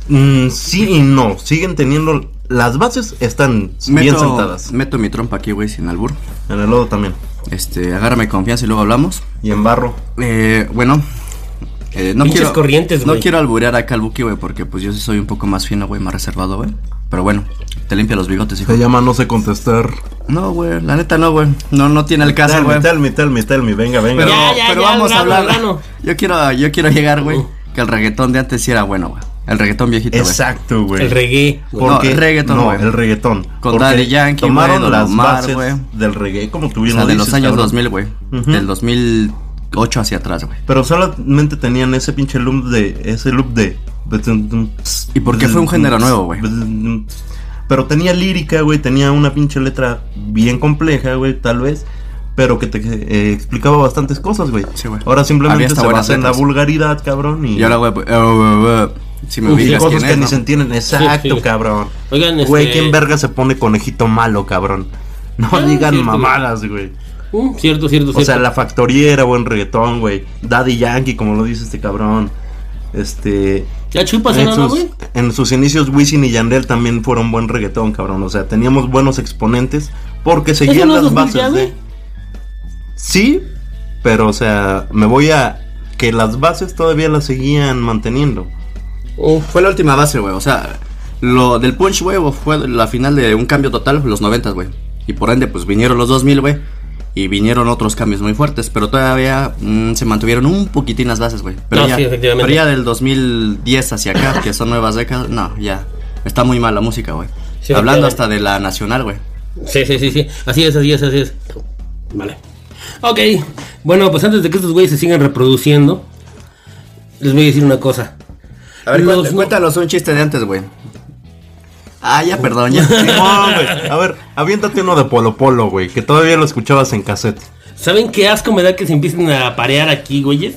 [SPEAKER 8] Mm, sí y no, siguen teniendo... Las bases están bien
[SPEAKER 5] meto,
[SPEAKER 8] sentadas.
[SPEAKER 5] meto mi trompa aquí, güey, sin albur.
[SPEAKER 8] En el lodo también.
[SPEAKER 5] Este, agárrame confianza y luego hablamos.
[SPEAKER 8] Y en barro.
[SPEAKER 5] Eh, bueno, eh, no
[SPEAKER 7] Pinches
[SPEAKER 5] quiero.
[SPEAKER 7] corrientes,
[SPEAKER 5] no
[SPEAKER 7] güey.
[SPEAKER 5] quiero alburear acá al Buki, güey, porque pues yo sí soy un poco más fino, güey, más reservado, güey. Pero bueno, te limpia los bigotes, hijo.
[SPEAKER 8] Se llama no sé contestar.
[SPEAKER 5] No, güey, la neta no, güey. No, no tiene el caso,
[SPEAKER 8] Tell me,
[SPEAKER 5] güey.
[SPEAKER 8] tell me, tell me, tell me. Venga, venga.
[SPEAKER 5] Pero,
[SPEAKER 7] Ya, ya,
[SPEAKER 5] pero
[SPEAKER 7] ya,
[SPEAKER 5] vamos a
[SPEAKER 7] grano,
[SPEAKER 5] hablar.
[SPEAKER 7] grano.
[SPEAKER 5] Yo quiero, yo quiero llegar, güey, que el reggaetón de antes sí era bueno, güey. El reggaetón viejito, güey.
[SPEAKER 8] Exacto, güey.
[SPEAKER 7] El reggae. güey.
[SPEAKER 5] Por-
[SPEAKER 8] Porque,
[SPEAKER 5] No, el reggaetón,
[SPEAKER 8] no,
[SPEAKER 5] güey.
[SPEAKER 8] el reggaetón.
[SPEAKER 5] Con
[SPEAKER 8] Porque
[SPEAKER 5] Daddy Yankee,
[SPEAKER 8] tomaron
[SPEAKER 5] güey, Don
[SPEAKER 8] las
[SPEAKER 5] Omar,
[SPEAKER 8] bases
[SPEAKER 5] güey.
[SPEAKER 8] del reggae, como
[SPEAKER 5] O
[SPEAKER 8] tuvieron
[SPEAKER 5] sea, de los años 2000, güey.
[SPEAKER 8] Ujú.
[SPEAKER 5] Del 2008 hacia atrás, güey.
[SPEAKER 8] Pero solamente tenían ese pinche loop de... Ese loop de...
[SPEAKER 5] ¿Y por qué fue un género nuevo, güey?
[SPEAKER 8] Pero tenía lírica, güey. Tenía una pinche letra bien compleja, güey, tal vez. Pero que te eh, explicaba bastantes cosas, güey.
[SPEAKER 5] Sí, güey.
[SPEAKER 8] Ahora
[SPEAKER 5] Había
[SPEAKER 8] simplemente
[SPEAKER 5] hasta
[SPEAKER 8] se
[SPEAKER 5] buenas
[SPEAKER 8] basa en la
[SPEAKER 5] letras.
[SPEAKER 8] vulgaridad, cabrón. Y,
[SPEAKER 5] Y ahora, güey, pues, eh, eh, eh, si me
[SPEAKER 7] Uf,
[SPEAKER 8] Y
[SPEAKER 5] ubicas
[SPEAKER 8] cosas
[SPEAKER 5] quién
[SPEAKER 8] que
[SPEAKER 5] es,
[SPEAKER 8] ni
[SPEAKER 5] ¿no?
[SPEAKER 8] se entienden. Exacto,
[SPEAKER 7] sí.
[SPEAKER 8] cabrón.
[SPEAKER 7] Oigan, este-
[SPEAKER 8] Güey, ¿quién verga se pone conejito malo, cabrón? No
[SPEAKER 7] Ah,
[SPEAKER 8] digan
[SPEAKER 7] cierto, güey.
[SPEAKER 8] mamadas, güey.
[SPEAKER 7] Mm, cierto, cierto,
[SPEAKER 8] O
[SPEAKER 7] cierto.
[SPEAKER 8] sea, La Factoría era buen reggaetón, güey. Daddy Yankee, como lo dice este cabrón. Este.
[SPEAKER 7] ¿Ya chupas
[SPEAKER 8] En
[SPEAKER 7] nada,
[SPEAKER 8] sus,
[SPEAKER 7] Pues, güey?
[SPEAKER 8] en sus inicios, Wisin y Yandel también fueron buen reggaetón, cabrón. O sea, teníamos buenos exponentes porque seguían
[SPEAKER 7] no es
[SPEAKER 8] las
[SPEAKER 7] 2000
[SPEAKER 8] bases de.
[SPEAKER 7] ya, güey?
[SPEAKER 8] Sí, pero o sea, me voy a. Que las bases todavía las seguían manteniendo.
[SPEAKER 7] Uf.
[SPEAKER 5] Fue la última base, güey. O sea, lo del Punch, güey, fue la final de un cambio total, los 90, güey. Y por ende, pues vinieron los 2000, güey. Y vinieron otros cambios muy fuertes, pero todavía mm, se mantuvieron un poquitín las bases, güey. Pero,
[SPEAKER 7] No,
[SPEAKER 5] ya-
[SPEAKER 7] sí, efectivamente.
[SPEAKER 5] pero ya del 2010 hacia acá, que son nuevas décadas, no, ya. Está muy mal la música, güey.
[SPEAKER 7] Sí,
[SPEAKER 5] Hablando hasta
[SPEAKER 7] efectivamente.
[SPEAKER 5] de la nacional, güey.
[SPEAKER 7] Sí, sí, sí, sí. Así es, así es, así es. Vale. Ok. Bueno, pues antes de que estos güeyes se sigan reproduciendo, les voy a decir una cosa.
[SPEAKER 5] A ver,
[SPEAKER 7] Los
[SPEAKER 5] cuént-
[SPEAKER 7] no-
[SPEAKER 5] cuéntanos un chiste de antes, güey. Ah, ya, perdón, ya.
[SPEAKER 8] No, güey. A ver, aviéntate uno de Polo Polo, güey, que todavía lo escuchabas en cassette.
[SPEAKER 7] ¿Saben qué asco me da que se empiecen a parear aquí, güeyes?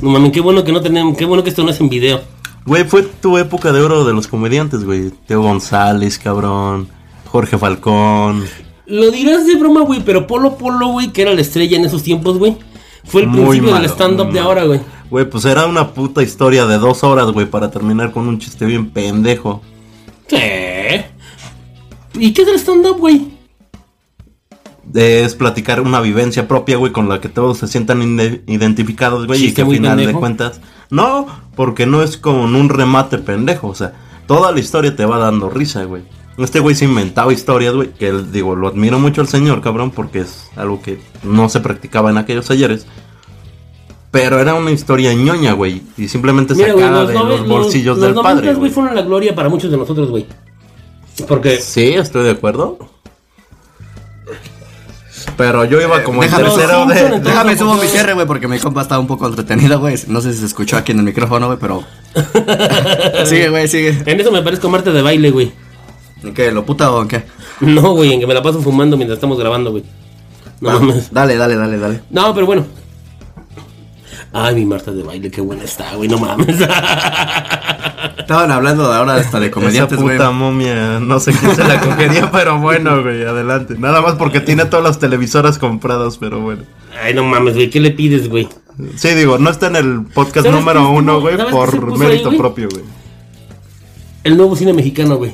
[SPEAKER 7] No mames, qué bueno que no tenemos, qué bueno que esto no es en video.
[SPEAKER 8] Güey, fue tu época de oro de los comediantes, güey. Teo González, cabrón. Jorge Falcón.
[SPEAKER 7] Lo dirás de broma, güey, pero Polo Polo, güey, que era la estrella en esos tiempos, güey. Fue el
[SPEAKER 8] Muy
[SPEAKER 7] principio
[SPEAKER 8] malo,
[SPEAKER 7] del stand-up
[SPEAKER 8] muy
[SPEAKER 7] de
[SPEAKER 8] malo.
[SPEAKER 7] ahora, güey.
[SPEAKER 8] Güey, pues era una puta historia de dos horas, güey, para terminar con un chiste bien pendejo.
[SPEAKER 7] ¿Qué? ¿Y qué es el stand-up, güey?
[SPEAKER 8] Eh, Es platicar una vivencia propia, güey, con la que todos se sientan inde- identificados, güey, y
[SPEAKER 7] Chiste
[SPEAKER 8] que al
[SPEAKER 7] muy
[SPEAKER 8] final
[SPEAKER 7] pendejo.
[SPEAKER 8] de cuentas. No, porque no es con un remate pendejo, o sea, toda la historia te va dando risa, güey. Este güey se inventaba historias, güey, que él, digo, lo admiro mucho al señor, cabrón, porque es algo que no se practicaba en aquellos ayeres. Pero era una historia ñoña, güey, y simplemente
[SPEAKER 7] Mira, güey,
[SPEAKER 8] sacada
[SPEAKER 7] los,
[SPEAKER 8] de
[SPEAKER 7] nove-
[SPEAKER 8] los bolsillos
[SPEAKER 7] los-
[SPEAKER 8] del
[SPEAKER 7] los
[SPEAKER 8] padre.
[SPEAKER 7] noventas, güey,
[SPEAKER 8] güey.
[SPEAKER 7] fueron la gloria para muchos de nosotros, güey. Porque
[SPEAKER 8] Sí, estoy de acuerdo. Pero yo iba como en
[SPEAKER 5] Déjame-
[SPEAKER 8] tercero
[SPEAKER 7] Los Simpson,
[SPEAKER 8] de.
[SPEAKER 7] entonces.
[SPEAKER 5] Déjame subo mi cierre, güey, porque mi compa estaba un poco entretenida, güey. No sé si se escuchó aquí en el micrófono, güey, pero. sigue, güey, sigue.
[SPEAKER 7] en eso me parezco a Marte de baile, güey.
[SPEAKER 5] ¿En qué? ¿Lo puta o en qué?
[SPEAKER 7] No, güey, en que me la paso fumando mientras estamos grabando, güey. No
[SPEAKER 8] Ah.
[SPEAKER 5] Va,
[SPEAKER 7] mames.
[SPEAKER 5] Dale, dale, dale, dale.
[SPEAKER 7] No, pero bueno. Ay, mi Marta de baile, qué buena está, güey, no mames.
[SPEAKER 5] Estaban hablando de ahora hasta de
[SPEAKER 8] Esa
[SPEAKER 5] comediantes, güey.
[SPEAKER 8] puta momia, no sé quién se la cogería, pero bueno, güey, adelante. Nada más porque tiene todas las televisoras compradas, pero bueno.
[SPEAKER 7] Ay, no mames, güey, ¿qué le pides, güey?
[SPEAKER 8] Sí, digo, no está en el podcast
[SPEAKER 7] ¿Sabes
[SPEAKER 8] número
[SPEAKER 7] qué se
[SPEAKER 8] uno,
[SPEAKER 7] puso-
[SPEAKER 8] güey,
[SPEAKER 7] sabes qué se
[SPEAKER 8] por
[SPEAKER 7] puso ahí, Pues,
[SPEAKER 8] mérito
[SPEAKER 7] güey?
[SPEAKER 8] propio, güey.
[SPEAKER 7] El nuevo cine mexicano, güey.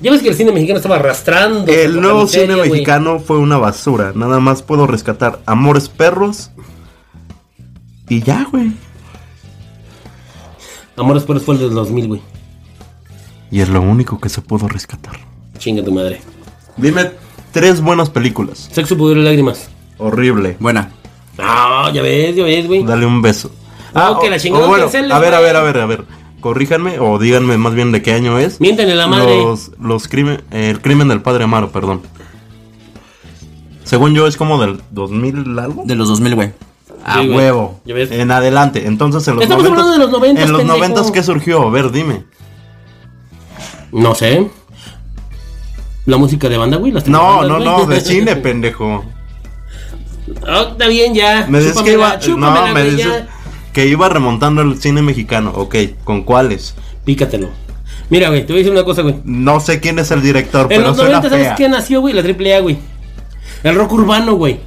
[SPEAKER 7] Ya ves que el cine mexicano estaba arrastrando.
[SPEAKER 8] El nuevo
[SPEAKER 7] miseria,
[SPEAKER 8] cine
[SPEAKER 7] güey.
[SPEAKER 8] mexicano fue una basura. Nada más puedo rescatar Amores Perros. Y ya, güey.
[SPEAKER 7] Amores Puros fue el del 2000, güey.
[SPEAKER 8] Y es lo único que se pudo rescatar.
[SPEAKER 7] Chinga tu madre.
[SPEAKER 8] Dime tres buenas películas.
[SPEAKER 7] Sexo, pudor y lágrimas.
[SPEAKER 8] Horrible.
[SPEAKER 5] Buena.
[SPEAKER 7] Ah, ya ves, ya ves, güey.
[SPEAKER 8] Dale un beso.
[SPEAKER 7] Ah, que
[SPEAKER 8] o-
[SPEAKER 7] la chingada
[SPEAKER 8] o bueno,
[SPEAKER 7] canceles,
[SPEAKER 8] a ver, a
[SPEAKER 7] güey.
[SPEAKER 8] ver, a ver, a ver. Corríjanme o díganme más bien de qué año es.
[SPEAKER 7] Miéntenle la madre.
[SPEAKER 8] Los, los crimen, el crimen del padre Amaro, perdón. Según yo es como del 2000 algo.
[SPEAKER 5] De los 2000, güey.
[SPEAKER 8] a
[SPEAKER 7] Sí, güey.
[SPEAKER 8] huevo.
[SPEAKER 7] Ya ves.
[SPEAKER 8] En adelante. Entonces en los
[SPEAKER 7] Estamos hablando de los 90s,
[SPEAKER 8] En los
[SPEAKER 7] pendejo.
[SPEAKER 8] 90 qué surgió, a ver, dime.
[SPEAKER 7] No sé. La música de banda, güey. las
[SPEAKER 8] No,
[SPEAKER 7] telebandas,
[SPEAKER 8] no, no,
[SPEAKER 7] güey.
[SPEAKER 8] de cine, pendejo.
[SPEAKER 7] Ah, está bien, ya.
[SPEAKER 8] Me decís que
[SPEAKER 7] Chúpamela,
[SPEAKER 8] iba,
[SPEAKER 7] chúpamela,
[SPEAKER 8] no, me
[SPEAKER 7] güey,
[SPEAKER 8] dices
[SPEAKER 7] ya.
[SPEAKER 8] que iba remontando el cine mexicano. Ok, ¿con cuáles?
[SPEAKER 7] Pícatelo. Mira, güey, te voy a decir una cosa, güey.
[SPEAKER 8] No sé quién es el director,
[SPEAKER 7] En
[SPEAKER 8] pero
[SPEAKER 7] los
[SPEAKER 8] suena
[SPEAKER 7] 90, ¿sabes
[SPEAKER 8] fea.
[SPEAKER 7] qué nació, güey? La AAA, güey. El rock urbano, güey.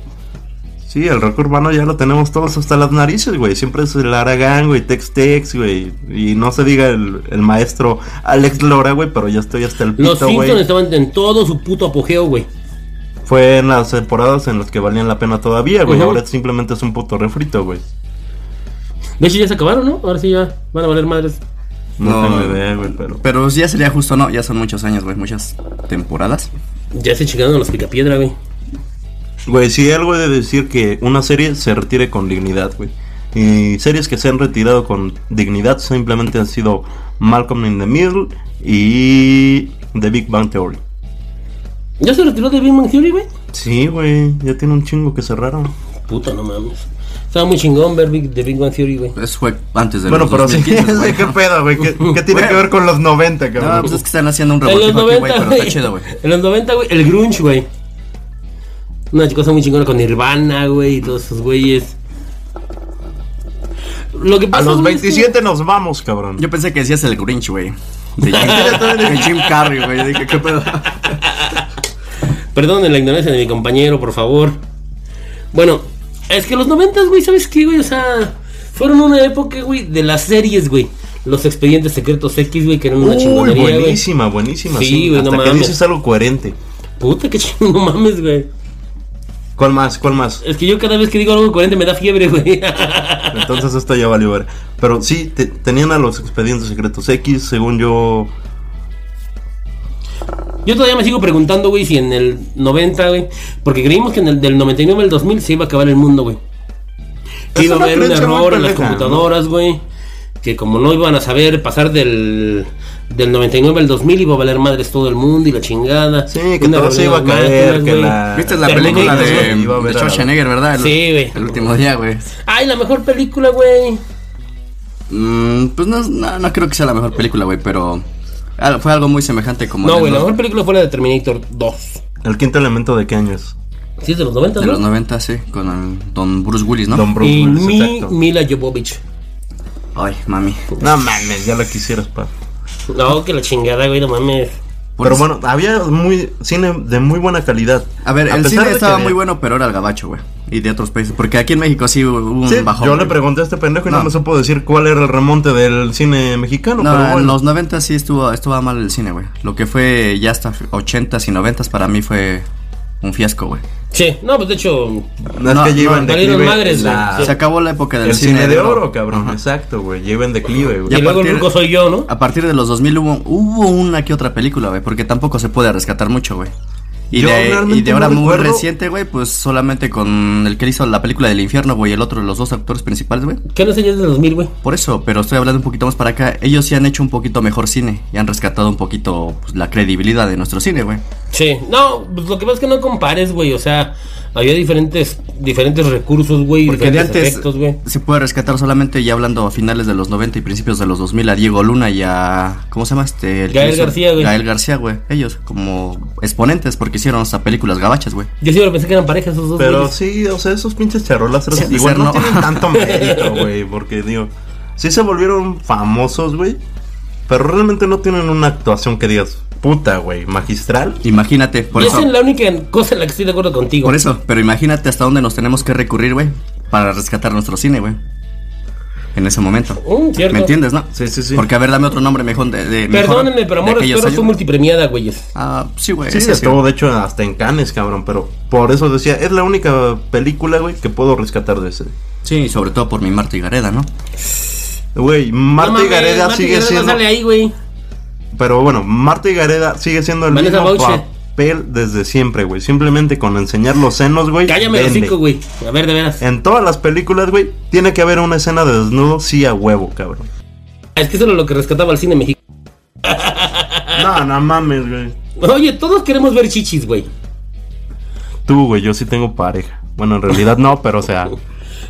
[SPEAKER 8] Sí, el rock urbano ya lo tenemos todos hasta las narices, güey. Siempre es el Aragán, güey, Tex Tex, güey. Y no se diga el, el maestro Alex Lora, güey, pero ya estoy hasta el
[SPEAKER 7] Los
[SPEAKER 8] pito,
[SPEAKER 7] Simpsons
[SPEAKER 8] güey.
[SPEAKER 7] estaban en todo su puto apogeo, güey.
[SPEAKER 8] Fue en las temporadas en las que valían la pena todavía, güey.
[SPEAKER 7] Ujú.
[SPEAKER 8] Ahora simplemente es un puto refrito, güey.
[SPEAKER 7] De hecho, ya se acabaron, ¿no? Ahora sí ya van a valer madres.
[SPEAKER 8] No,
[SPEAKER 5] No.
[SPEAKER 8] tengo idea, güey, pero.
[SPEAKER 5] Pero ya sería justo, ¿no? Ya son muchos años, güey. Muchas temporadas.
[SPEAKER 7] Ya se chingaron los picapiedra, güey.
[SPEAKER 8] Güey, sí, algo de decir que una serie se retire con dignidad, güey. Y series que se han retirado con dignidad simplemente han sido Malcolm in the Middle y The Big Bang Theory.
[SPEAKER 7] ¿Ya se retiró de Big Bang Theory, güey?
[SPEAKER 8] Sí, güey, ya tiene un chingo que cerraron.
[SPEAKER 7] Puta, no mames. Estaba muy chingón ver Big, de Big Bang Theory, güey.
[SPEAKER 5] Eso pues, fue antes de
[SPEAKER 8] Bueno,
[SPEAKER 5] los
[SPEAKER 8] pero sí,
[SPEAKER 5] 2015,
[SPEAKER 8] sí,
[SPEAKER 5] güey.
[SPEAKER 8] ¿qué pedo, güey? ¿Qué, qué tiene que ver con los 90,
[SPEAKER 5] No,
[SPEAKER 8] cabrón?
[SPEAKER 5] pues es que están haciendo un
[SPEAKER 7] En los
[SPEAKER 5] revoltijo aquí, güey,
[SPEAKER 7] 90,
[SPEAKER 5] pero
[SPEAKER 7] güey.
[SPEAKER 5] está chido, güey.
[SPEAKER 7] En los 90, güey. El grunge, güey. Una cosa muy chingona con Nirvana, güey. Y todos esos güeyes. Lo que este-
[SPEAKER 8] A
[SPEAKER 7] pasa,
[SPEAKER 8] los
[SPEAKER 7] güey, es que-
[SPEAKER 8] 27 nos vamos, cabrón.
[SPEAKER 5] Yo pensé que decías el Grinch, güey. De Jim, de Jim Carrey, güey. Dije, ¿qué pedo?
[SPEAKER 7] Perdonen la ignorancia de mi compañero, por favor. Bueno, es que los noventas, güey, ¿sabes qué, güey? O sea, fueron una época, güey, de las series, güey. Los expedientes secretos X, güey, que eran una
[SPEAKER 8] Uy,
[SPEAKER 7] chingonería, güey.
[SPEAKER 8] buenísima, buenísima.
[SPEAKER 7] Sí,
[SPEAKER 8] Sí,
[SPEAKER 7] güey,
[SPEAKER 8] hasta
[SPEAKER 7] no
[SPEAKER 8] que
[SPEAKER 7] mames.
[SPEAKER 8] dices algo coherente.
[SPEAKER 7] Puta, qué chingo, no mames, güey.
[SPEAKER 8] ¿Cuál más? ¿Cuál más?
[SPEAKER 7] Es que yo cada vez que digo algo coherente me da fiebre, güey.
[SPEAKER 8] Entonces esto ya valió ver. Pero sí, te- tenían a los expedientes secretos X, según yo.
[SPEAKER 7] Yo todavía me sigo preguntando, güey, si en el 90, güey, porque creímos que en el del 99 al 2000 se iba a acabar el mundo, güey. Que
[SPEAKER 8] Es
[SPEAKER 7] iba a
[SPEAKER 8] una
[SPEAKER 7] haber un
[SPEAKER 8] creencia muy
[SPEAKER 7] error en las
[SPEAKER 8] pendeja, ¿no?
[SPEAKER 7] computadoras, güey. Que como no iban a saber pasar del, del 99 al 2000, iba a valer madres todo el mundo y la chingada.
[SPEAKER 8] Sí, que
[SPEAKER 7] Una
[SPEAKER 8] todo se iba a
[SPEAKER 7] reunión de
[SPEAKER 8] caer,
[SPEAKER 7] máquinas,
[SPEAKER 8] que
[SPEAKER 7] güey.
[SPEAKER 8] la.
[SPEAKER 5] ¿Viste la película
[SPEAKER 7] Terminator,
[SPEAKER 5] de,
[SPEAKER 8] Iba a
[SPEAKER 5] de
[SPEAKER 8] ver a la-
[SPEAKER 5] Schwarzenegger, verdad? El-
[SPEAKER 7] Sí, güey.
[SPEAKER 5] El último día, güey.
[SPEAKER 7] Ay, la mejor película, güey.
[SPEAKER 5] Mm, pues no, no, no creo que sea la mejor película, güey, pero al- fue algo muy semejante como...
[SPEAKER 7] No,
[SPEAKER 5] en
[SPEAKER 7] güey, la
[SPEAKER 5] los-
[SPEAKER 7] mejor película fue la de Terminator 2.
[SPEAKER 8] El quinto elemento de qué año es.
[SPEAKER 7] Sí, es de los 90,
[SPEAKER 5] De
[SPEAKER 7] ¿no?
[SPEAKER 5] los 90, sí, con el Don Bruce Willis, ¿no?
[SPEAKER 8] Don Bruce
[SPEAKER 7] y
[SPEAKER 8] Willis,
[SPEAKER 7] Mi-
[SPEAKER 8] exacto.
[SPEAKER 7] Mila Jovovich.
[SPEAKER 5] Ay, mami.
[SPEAKER 8] No mames, ya la quisieras, pa.
[SPEAKER 7] No, que la chingada, güey, no mames.
[SPEAKER 8] Pero bueno, había muy cine de muy buena calidad.
[SPEAKER 5] A ver, el
[SPEAKER 8] pesar de
[SPEAKER 5] cine
[SPEAKER 8] que
[SPEAKER 5] estaba
[SPEAKER 8] de-
[SPEAKER 5] muy bueno, pero era el gabacho, güey. Y de otros países. Porque aquí en México sí hubo un
[SPEAKER 8] Sí,
[SPEAKER 5] bajón.
[SPEAKER 8] yo le
[SPEAKER 5] güey.
[SPEAKER 8] pregunté a este pendejo y no.
[SPEAKER 5] No.
[SPEAKER 8] me supo decir cuál era el remonte del cine mexicano.
[SPEAKER 5] No,
[SPEAKER 8] pero bueno.
[SPEAKER 5] en los 90 sí estuvo, estuvo mal el cine, güey. Lo que fue ya hasta 80s y 90s para mí fue un fiasco, güey.
[SPEAKER 7] Sí, no, pues de hecho,
[SPEAKER 8] No, es
[SPEAKER 5] no,
[SPEAKER 8] que ya iba
[SPEAKER 5] no,
[SPEAKER 8] en
[SPEAKER 7] valieron
[SPEAKER 8] declive
[SPEAKER 7] madres,
[SPEAKER 8] la-
[SPEAKER 7] güey. Sí.
[SPEAKER 5] Se acabó la época del
[SPEAKER 8] El cine de oro, cabrón. Exacto, güey. Lleva en declive, güey.
[SPEAKER 5] Ya
[SPEAKER 7] y luego
[SPEAKER 5] partir-
[SPEAKER 7] el único soy yo, ¿no?
[SPEAKER 5] A partir de los 2000 hubo, hubo una que otra película, güey, porque tampoco se puede rescatar mucho, güey. Y
[SPEAKER 8] Yo
[SPEAKER 5] de,
[SPEAKER 8] realmente
[SPEAKER 5] y de ahora
[SPEAKER 8] no
[SPEAKER 5] muy
[SPEAKER 8] recuerdo-
[SPEAKER 5] reciente, güey, pues solamente con el que hizo la película del infierno, güey, el otro, los dos actores principales, güey.
[SPEAKER 7] ¿Qué no sé yo desde 2000, güey?
[SPEAKER 5] Por eso, pero estoy hablando un poquito más para acá. Ellos sí han hecho un poquito mejor cine y han rescatado un poquito pues, la credibilidad de nuestro cine, güey.
[SPEAKER 7] Sí, no, pues lo que pasa es que no compares, güey, o sea, había diferentes diferentes recursos, güey,
[SPEAKER 5] Porque de
[SPEAKER 7] diferentes
[SPEAKER 5] antes
[SPEAKER 7] efectos, güey.
[SPEAKER 5] se puede rescatar solamente ya hablando a finales de los 90 y principios de los 2000 a Diego Luna y a... ¿Cómo se llama este? el que
[SPEAKER 7] Gael
[SPEAKER 5] hizo-
[SPEAKER 7] García, güey.
[SPEAKER 5] Gael García, güey. Ellos como exponentes porque hicieron hasta películas gabachas, güey.
[SPEAKER 7] Yo siempre pensé que eran parejas esos dos,
[SPEAKER 8] Pero
[SPEAKER 7] güeyes.
[SPEAKER 8] sí, o sea, esos pinches charolastros
[SPEAKER 5] Sí,
[SPEAKER 8] igual
[SPEAKER 5] ser
[SPEAKER 8] no,
[SPEAKER 5] no.
[SPEAKER 8] tienen tanto mérito, güey, porque digo, sí se volvieron famosos, güey, pero realmente no tienen una actuación que digas, puta, güey, magistral.
[SPEAKER 5] Imagínate, por
[SPEAKER 7] y
[SPEAKER 5] eso,
[SPEAKER 7] esa es la única cosa en la que estoy de acuerdo contigo.
[SPEAKER 5] por eso, pero imagínate hasta dónde nos tenemos que recurrir, güey, para rescatar nuestro cine, güey. En ese momento.
[SPEAKER 7] Mm, cierto.
[SPEAKER 5] ¿Me entiendes, no?
[SPEAKER 8] Sí, sí, sí.
[SPEAKER 5] Porque a ver, dame otro nombre mejor de, de- mejor
[SPEAKER 7] Perdónenme, pero
[SPEAKER 5] de
[SPEAKER 7] amor,
[SPEAKER 5] aquellos
[SPEAKER 7] espero fue
[SPEAKER 5] años.
[SPEAKER 7] multipremiada, güeyes.
[SPEAKER 5] Ah, sí, güey.
[SPEAKER 8] Sí,
[SPEAKER 5] ese sí.
[SPEAKER 8] estuvo de hecho hasta en Cannes, cabrón, pero por eso decía, es la única película, güey, que puedo rescatar de ese.
[SPEAKER 5] Sí, sobre todo por mi Marta y Gareda, ¿no?
[SPEAKER 8] Güey, Marta y
[SPEAKER 7] mames,
[SPEAKER 8] Gareda
[SPEAKER 7] Marta y
[SPEAKER 8] sigue
[SPEAKER 7] Gareda no
[SPEAKER 8] siendo
[SPEAKER 7] sale ahí, güey.
[SPEAKER 8] Pero bueno, Marta y Gareda sigue siendo el
[SPEAKER 7] Vanessa
[SPEAKER 8] mismo
[SPEAKER 7] Bauche.
[SPEAKER 8] papel desde siempre, güey. Simplemente con enseñar los senos, güey.
[SPEAKER 7] Cállame el
[SPEAKER 8] vende.
[SPEAKER 7] hocico, güey. A ver, de veras.
[SPEAKER 8] En todas las películas, güey, tiene que haber una escena de desnudo, sí a huevo, cabrón.
[SPEAKER 7] Es que eso era lo que rescataba el cine mexicano. Ah.
[SPEAKER 8] No, no mames, güey.
[SPEAKER 7] Oye, todos queremos ver chichis, güey.
[SPEAKER 8] Tú, güey, yo sí tengo pareja. Bueno, en realidad no, pero o sea.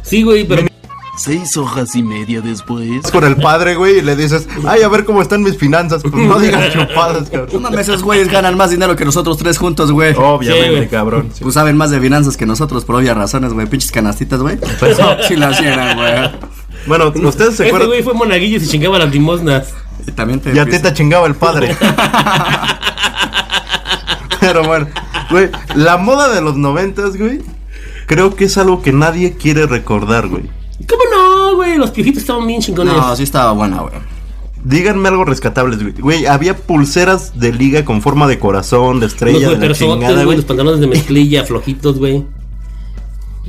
[SPEAKER 7] Sí, güey, pero
[SPEAKER 10] Seis hojas y media después.
[SPEAKER 8] Vas con el padre, güey, y le dices, ay, a ver cómo están mis finanzas. Pues no digas chupadas,
[SPEAKER 5] No
[SPEAKER 8] cabrón.
[SPEAKER 5] mames, esos güeyes ganan más dinero que nosotros tres juntos, güey.
[SPEAKER 7] Sí,
[SPEAKER 8] Obviamente,
[SPEAKER 7] güey.
[SPEAKER 8] cabrón. sí.
[SPEAKER 5] Pues saben más de finanzas que nosotros por obvias razones, güey. Pinches canastitas, güey. sí las llenan, güey.
[SPEAKER 8] Bueno, ustedes se
[SPEAKER 7] Este
[SPEAKER 8] acuerdan.
[SPEAKER 7] güey fue monaguillo y se chingaba las limosnas.
[SPEAKER 5] Y también te.
[SPEAKER 8] Y a ti te chingaba el padre. Pero bueno, güey, la moda de los noventas, güey, creo que es algo que nadie quiere recordar, güey.
[SPEAKER 7] ¿Cómo no, güey? Los piojitos estaban bien chingones.
[SPEAKER 5] No, sí estaba buena, güey.
[SPEAKER 8] Díganme algo rescatable, güey. Güey, había pulseras de liga con forma de corazón, de
[SPEAKER 7] los
[SPEAKER 8] estrella, de la chingada,
[SPEAKER 7] suéteres, güey,
[SPEAKER 8] güey.
[SPEAKER 7] los pantalones de mezclilla flojitos, güey.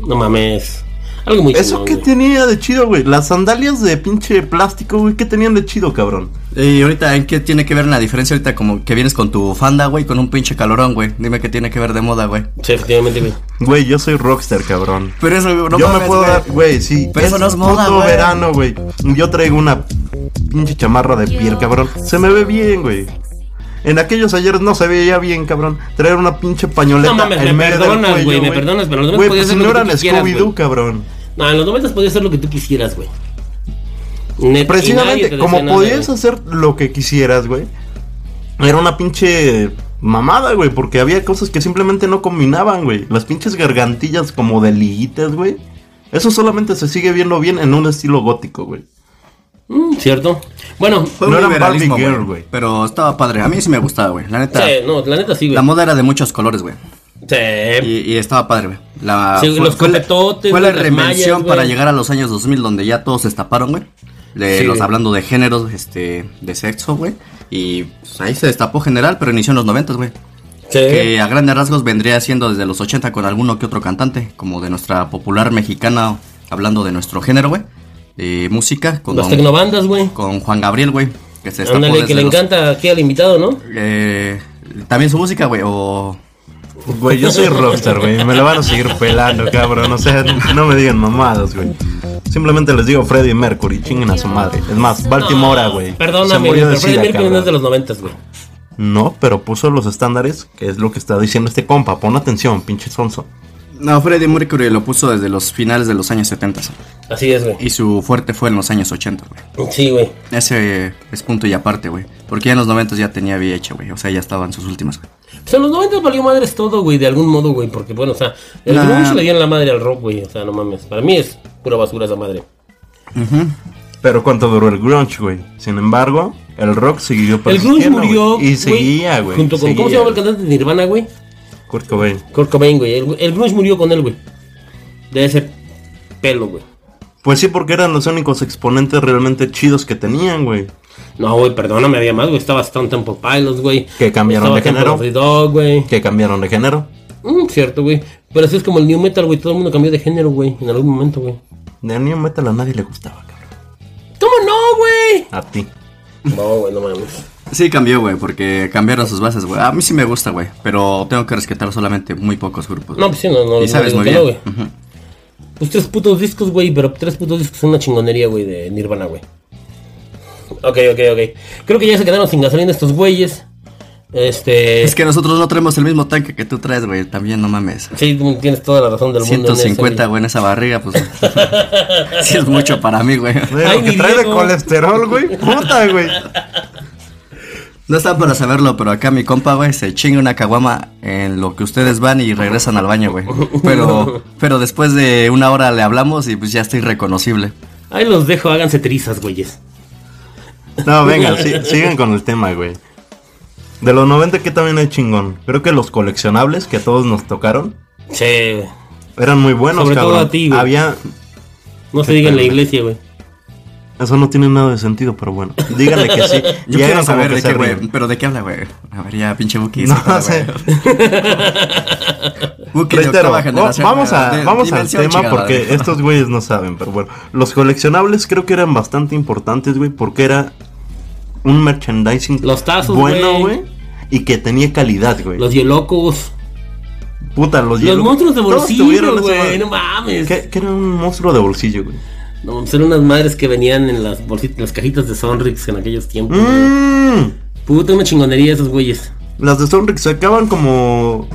[SPEAKER 7] No mames. Algo muy
[SPEAKER 8] ¿Eso
[SPEAKER 7] chingón.
[SPEAKER 8] qué
[SPEAKER 7] güey.
[SPEAKER 8] tenía de chido, güey? Las sandalias de pinche plástico, güey, ¿qué tenían de chido, cabrón?
[SPEAKER 5] Y ahorita, ¿en qué tiene que ver la diferencia ahorita como que vienes con tu fanda, güey, con un pinche calorón, güey? Dime qué tiene que ver de moda, güey.
[SPEAKER 7] Sí, efectivamente, güey.
[SPEAKER 8] Güey, yo soy rockstar, cabrón.
[SPEAKER 5] Pero eso, güey, no
[SPEAKER 8] yo me
[SPEAKER 5] mames,
[SPEAKER 8] puedo
[SPEAKER 5] güey.
[SPEAKER 8] dar, güey, sí.
[SPEAKER 5] Pero eso no es moda,
[SPEAKER 8] puto
[SPEAKER 5] güey.
[SPEAKER 8] verano, güey. Yo traigo una pinche chamarra de piel, cabrón. Se me ve bien, güey. En aquellos ayeres no se veía bien, cabrón. Traer una pinche pañoleta
[SPEAKER 7] No mames,
[SPEAKER 8] en
[SPEAKER 7] me
[SPEAKER 8] medio del
[SPEAKER 7] perdonas,
[SPEAKER 8] cuello,
[SPEAKER 7] güey, me perdonas, pero los demás
[SPEAKER 8] Güey,
[SPEAKER 7] podías
[SPEAKER 8] pues
[SPEAKER 7] hacer
[SPEAKER 8] no
[SPEAKER 7] lo que
[SPEAKER 8] eran
[SPEAKER 7] tú quisieras,
[SPEAKER 8] Scooby-Doo,
[SPEAKER 7] güey.
[SPEAKER 8] cabrón.
[SPEAKER 7] No, en los noventas podías hacer lo que tú quisieras, güey. Neta, y nadie
[SPEAKER 8] Precisamente,
[SPEAKER 7] te
[SPEAKER 8] como
[SPEAKER 7] decía nada,
[SPEAKER 8] podías
[SPEAKER 7] güey.
[SPEAKER 8] hacer lo que quisieras, güey. Era una pinche mamada, güey, porque había cosas que simplemente no combinaban, güey. Las pinches gargantillas como de liguitas, güey. Eso solamente se sigue viendo bien en un estilo gótico, güey.
[SPEAKER 7] Mm, Cierto. Bueno,
[SPEAKER 5] Fue un
[SPEAKER 8] No era
[SPEAKER 5] liberalismo,
[SPEAKER 8] Barbie Girl, güey.
[SPEAKER 5] güey. Pero estaba padre. A mí sí me gustaba, güey. La neta.
[SPEAKER 7] sí, no, la neta sí, güey.
[SPEAKER 5] La moda era de muchos colores, güey.
[SPEAKER 7] Sí.
[SPEAKER 5] Y, y estaba padre, güey. La-
[SPEAKER 7] Sí, los
[SPEAKER 5] la-
[SPEAKER 7] coletotes,
[SPEAKER 5] Fue la
[SPEAKER 7] güey, las
[SPEAKER 5] remención
[SPEAKER 7] mallas,
[SPEAKER 5] para
[SPEAKER 7] güey.
[SPEAKER 5] llegar a los años 2000, donde ya todos se destaparon, güey. De
[SPEAKER 7] Sí,
[SPEAKER 5] los
[SPEAKER 7] güey.
[SPEAKER 5] hablando de géneros, este, de sexo, güey. Y pues, ahí se destapó general, pero inició en los 90, güey.
[SPEAKER 7] Sí.
[SPEAKER 5] Que a grandes rasgos vendría siendo desde los 80 con alguno que otro cantante, como de nuestra popular mexicana, hablando de nuestro género, güey. De música, con,
[SPEAKER 7] Las tecnobandas, güey.
[SPEAKER 5] con Juan Gabriel, güey. Que se destapó
[SPEAKER 7] Ándale, que
[SPEAKER 5] desde
[SPEAKER 7] le
[SPEAKER 5] los-
[SPEAKER 7] encanta aquí al invitado, ¿no?
[SPEAKER 5] eh, también su música, güey, o...
[SPEAKER 8] Güey, yo soy rockstar, güey. Me la van a seguir pelando, cabrón. O sea, no me digan mamadas, güey. Simplemente les digo Freddie Mercury, chinguen a su madre. Es más, Baltimore, güey. se
[SPEAKER 7] Perdóname,
[SPEAKER 8] murió
[SPEAKER 7] güey,
[SPEAKER 8] de
[SPEAKER 7] pero Freddie
[SPEAKER 8] sida,
[SPEAKER 7] Mercury no
[SPEAKER 8] cabrón.
[SPEAKER 7] es de los noventas, güey.
[SPEAKER 8] No, pero puso los estándares, que es lo que está diciendo este compa. Pon atención, pinche sonso.
[SPEAKER 5] No, Freddie Mercury lo puso desde los finales de los años 70.
[SPEAKER 7] Así es, güey.
[SPEAKER 5] Y su fuerte fue en los años 80, güey.
[SPEAKER 7] Sí, güey.
[SPEAKER 5] Ese es punto y aparte, güey. Porque ya en los 90 ya tenía VH, güey. O sea, ya estaban sus últimas, güey.
[SPEAKER 7] Pues en los 90 valió madres todo, güey, de algún modo, güey. Porque, bueno, o sea, el
[SPEAKER 5] Nah.
[SPEAKER 7] grunge le dio en la madre al rock, güey. O sea, no mames. Para mí es pura basura esa madre.
[SPEAKER 8] Pero cuánto duró el grunge, güey. Sin embargo, el rock siguió
[SPEAKER 7] el grunge
[SPEAKER 8] persistiendo,
[SPEAKER 7] murió.
[SPEAKER 8] güey. Y seguía, güey.
[SPEAKER 7] Junto con. ¿Cómo se
[SPEAKER 8] seguía,
[SPEAKER 7] llama el cantante de Nirvana, güey?
[SPEAKER 8] güey. Kurt Cobain.
[SPEAKER 7] Kurt Cobain, güey. El, el grunge murió con él, güey. De ese pelo, güey.
[SPEAKER 8] Pues sí, porque eran los únicos exponentes realmente chidos que tenían, güey.
[SPEAKER 7] No, güey, perdóname, había más, güey. Estaba Stone Temple Pilots, güey.
[SPEAKER 8] Que cambiaron
[SPEAKER 7] Estaba
[SPEAKER 8] de
[SPEAKER 7] Temple
[SPEAKER 8] género.
[SPEAKER 7] of the Dog, güey.
[SPEAKER 8] Que cambiaron de género.
[SPEAKER 7] Mm, cierto, güey. Pero así es como el New Metal, güey. Todo el mundo cambió de género, güey. En algún momento, güey.
[SPEAKER 8] De New Metal a nadie le gustaba, cabrón.
[SPEAKER 7] ¿Cómo no, güey?
[SPEAKER 8] A ti.
[SPEAKER 7] No, güey, no mames.
[SPEAKER 5] Sí, cambió, güey, porque cambiaron sus bases, güey. A mí sí me gusta, güey. Pero tengo que respetar solamente muy pocos grupos.
[SPEAKER 7] No, pues sí, no, no.
[SPEAKER 5] y
[SPEAKER 7] no
[SPEAKER 5] sabes
[SPEAKER 7] digo
[SPEAKER 5] muy
[SPEAKER 7] que no,
[SPEAKER 5] bien. Ujú.
[SPEAKER 7] Pues tres putos discos, güey, pero tres putos discos son una chingonería, güey, de Nirvana, güey. Ok, ok, ok. Creo que ya se quedaron sin gasolina estos güeyes. Este.
[SPEAKER 5] Es que nosotros no traemos el mismo tanque que tú traes, güey. También no mames.
[SPEAKER 7] Sí, tú tienes toda la razón del mundo. en eso,
[SPEAKER 5] 150,
[SPEAKER 7] güey.
[SPEAKER 5] güey, en esa barriga, pues. sí, es mucho para mí, güey.
[SPEAKER 8] Güey,
[SPEAKER 7] Ay,
[SPEAKER 8] lo que
[SPEAKER 7] mi
[SPEAKER 8] trae de
[SPEAKER 7] Diego.
[SPEAKER 8] colesterol, güey. Puta, güey.
[SPEAKER 5] No están para saberlo, pero acá mi compa, güey, se chinga una caguama en lo que ustedes van y regresan al baño, güey. Pero, pero después de una hora le hablamos y pues ya está irreconocible.
[SPEAKER 7] Ahí los dejo, háganse trizas, güeyes.
[SPEAKER 8] No, venga, sí- sigan con el tema, güey. De los 90 que también hay chingón. Creo que los coleccionables que a todos nos tocaron
[SPEAKER 7] Sí, güey.
[SPEAKER 8] eran muy buenos,
[SPEAKER 7] Sobre todo
[SPEAKER 8] cabrón.
[SPEAKER 7] a ti, güey.
[SPEAKER 8] Había
[SPEAKER 7] No se diga en la iglesia, güey.
[SPEAKER 8] Eso no tiene nada de sentido, pero bueno. Díganle que sí.
[SPEAKER 5] Yo
[SPEAKER 8] Y
[SPEAKER 5] quiero
[SPEAKER 8] hagan como
[SPEAKER 5] saber
[SPEAKER 8] que
[SPEAKER 5] de
[SPEAKER 8] se
[SPEAKER 5] qué, güey.
[SPEAKER 8] ríen.
[SPEAKER 5] Pero de qué habla, güey. A ver, ya, pinche Buki.
[SPEAKER 8] No sé.
[SPEAKER 5] Buki de
[SPEAKER 8] Reitero,
[SPEAKER 5] octava
[SPEAKER 8] no,
[SPEAKER 5] generación,
[SPEAKER 8] vamos,
[SPEAKER 5] güey,
[SPEAKER 8] a,
[SPEAKER 5] de-
[SPEAKER 8] vamos al
[SPEAKER 5] dimensión
[SPEAKER 8] tema
[SPEAKER 5] chingada,
[SPEAKER 8] porque
[SPEAKER 5] güey.
[SPEAKER 8] estos güeyes no saben, pero bueno. Los coleccionables creo que eran bastante importantes, güey, porque era un merchandising
[SPEAKER 7] Los tazos,
[SPEAKER 8] bueno,
[SPEAKER 7] güey.
[SPEAKER 8] güey. Y que tenía calidad, güey.
[SPEAKER 7] Los biolocos.
[SPEAKER 8] Puta, los
[SPEAKER 7] Los
[SPEAKER 8] hielos-
[SPEAKER 7] monstruos de
[SPEAKER 8] todos tuvieron
[SPEAKER 7] bolsillo,
[SPEAKER 8] esa
[SPEAKER 7] güey.
[SPEAKER 8] madre.
[SPEAKER 7] No mames.
[SPEAKER 8] ¿Qué, qué era un monstruo de bolsillo, güey?
[SPEAKER 7] No mames, eran unas madres que venían en las bolsitas, las cajitas de Sonrix en aquellos tiempos. güey.
[SPEAKER 8] Mm,
[SPEAKER 7] Puta, una chingonería esos güeyes.
[SPEAKER 8] las de Sonrix sacaban como.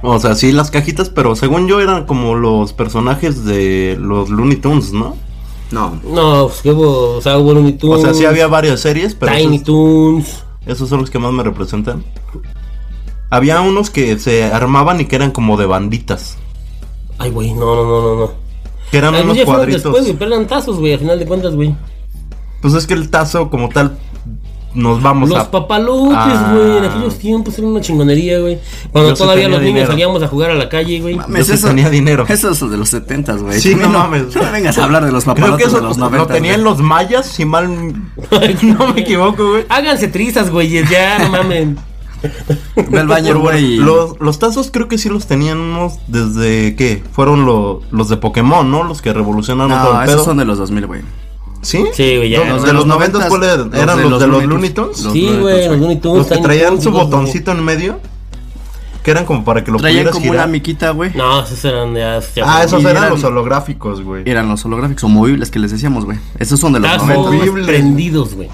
[SPEAKER 8] O sea, sí, las cajitas, pero según yo eran como los personajes de los Looney Tunes, ¿no?
[SPEAKER 5] No.
[SPEAKER 7] No, pues que hubo, o sea, hubo Looney
[SPEAKER 8] O
[SPEAKER 7] Tunes.
[SPEAKER 8] sea, sí había varias series, pero
[SPEAKER 7] Tiny
[SPEAKER 8] esos,
[SPEAKER 7] Toons.
[SPEAKER 8] esos son los que más me representan. Había unos que se armaban y que eran como de banditas.
[SPEAKER 7] Ay, güey, no, no, no, no, no.
[SPEAKER 8] Que eran
[SPEAKER 7] Algunos
[SPEAKER 8] unos
[SPEAKER 7] ya fueron
[SPEAKER 8] cuadritos.
[SPEAKER 7] después, güey, pero eran tazos, güey, al final de cuentas, güey.
[SPEAKER 8] Pues es que el tazo como tal nos vamos
[SPEAKER 7] Los
[SPEAKER 8] a...
[SPEAKER 7] papalotes,
[SPEAKER 8] ah.
[SPEAKER 7] güey, en aquellos tiempos era una chingonería, güey. Cuando
[SPEAKER 8] Yo sí
[SPEAKER 7] todavía
[SPEAKER 8] tenía
[SPEAKER 7] los niños
[SPEAKER 8] dinero.
[SPEAKER 7] salíamos a jugar a la calle, güey.
[SPEAKER 5] Mames,
[SPEAKER 8] Yo sí tenía dinero.
[SPEAKER 5] Eso es de los 70, güey.
[SPEAKER 8] Sí,
[SPEAKER 5] A mí
[SPEAKER 8] no mames.
[SPEAKER 5] No me vengas a hablar de los
[SPEAKER 8] Creo que
[SPEAKER 5] papalotes
[SPEAKER 8] eso
[SPEAKER 5] de los
[SPEAKER 8] lo
[SPEAKER 5] 90.
[SPEAKER 8] tenían los mayas, si mal no me equivoco, güey.
[SPEAKER 7] Háganse trizas, güeyes, ya, no mamen.
[SPEAKER 5] Ve al baño,
[SPEAKER 8] Pero bueno,
[SPEAKER 5] güey. y-
[SPEAKER 8] los, los tazos creo que sí los teníamos desde que fueron lo- los de Pokémon, ¿no? Los que revolucionaron todo
[SPEAKER 5] No,
[SPEAKER 8] el
[SPEAKER 5] esos
[SPEAKER 8] pedo.
[SPEAKER 5] son de los 2000, güey.
[SPEAKER 8] ¿Sí?
[SPEAKER 7] Sí, güey, ya.
[SPEAKER 8] ¿Los, de los 90 cuál eran? ¿Eran los, de los Looney Tunes?
[SPEAKER 5] Los
[SPEAKER 7] Sí,
[SPEAKER 5] Looney
[SPEAKER 7] güey,
[SPEAKER 5] Tunes,
[SPEAKER 7] los Looney Tunes.
[SPEAKER 8] Los que
[SPEAKER 7] Tiny
[SPEAKER 8] traían
[SPEAKER 7] Toons,
[SPEAKER 8] su
[SPEAKER 7] los-
[SPEAKER 8] botoncito en medio. Que eran como para que lo
[SPEAKER 5] Traían
[SPEAKER 8] pudieras
[SPEAKER 5] como
[SPEAKER 8] girar.
[SPEAKER 5] una miquita, güey.
[SPEAKER 7] No, esos eran de. esos ya
[SPEAKER 8] Ah,
[SPEAKER 7] fueron.
[SPEAKER 8] esos
[SPEAKER 5] Y
[SPEAKER 8] eran
[SPEAKER 5] eran-
[SPEAKER 8] los holográficos, güey.
[SPEAKER 5] Eran los holográficos o movibles que les decíamos, güey. Esos son de los
[SPEAKER 7] Tazos
[SPEAKER 5] 90.
[SPEAKER 8] horribles.
[SPEAKER 7] prendidos, güey.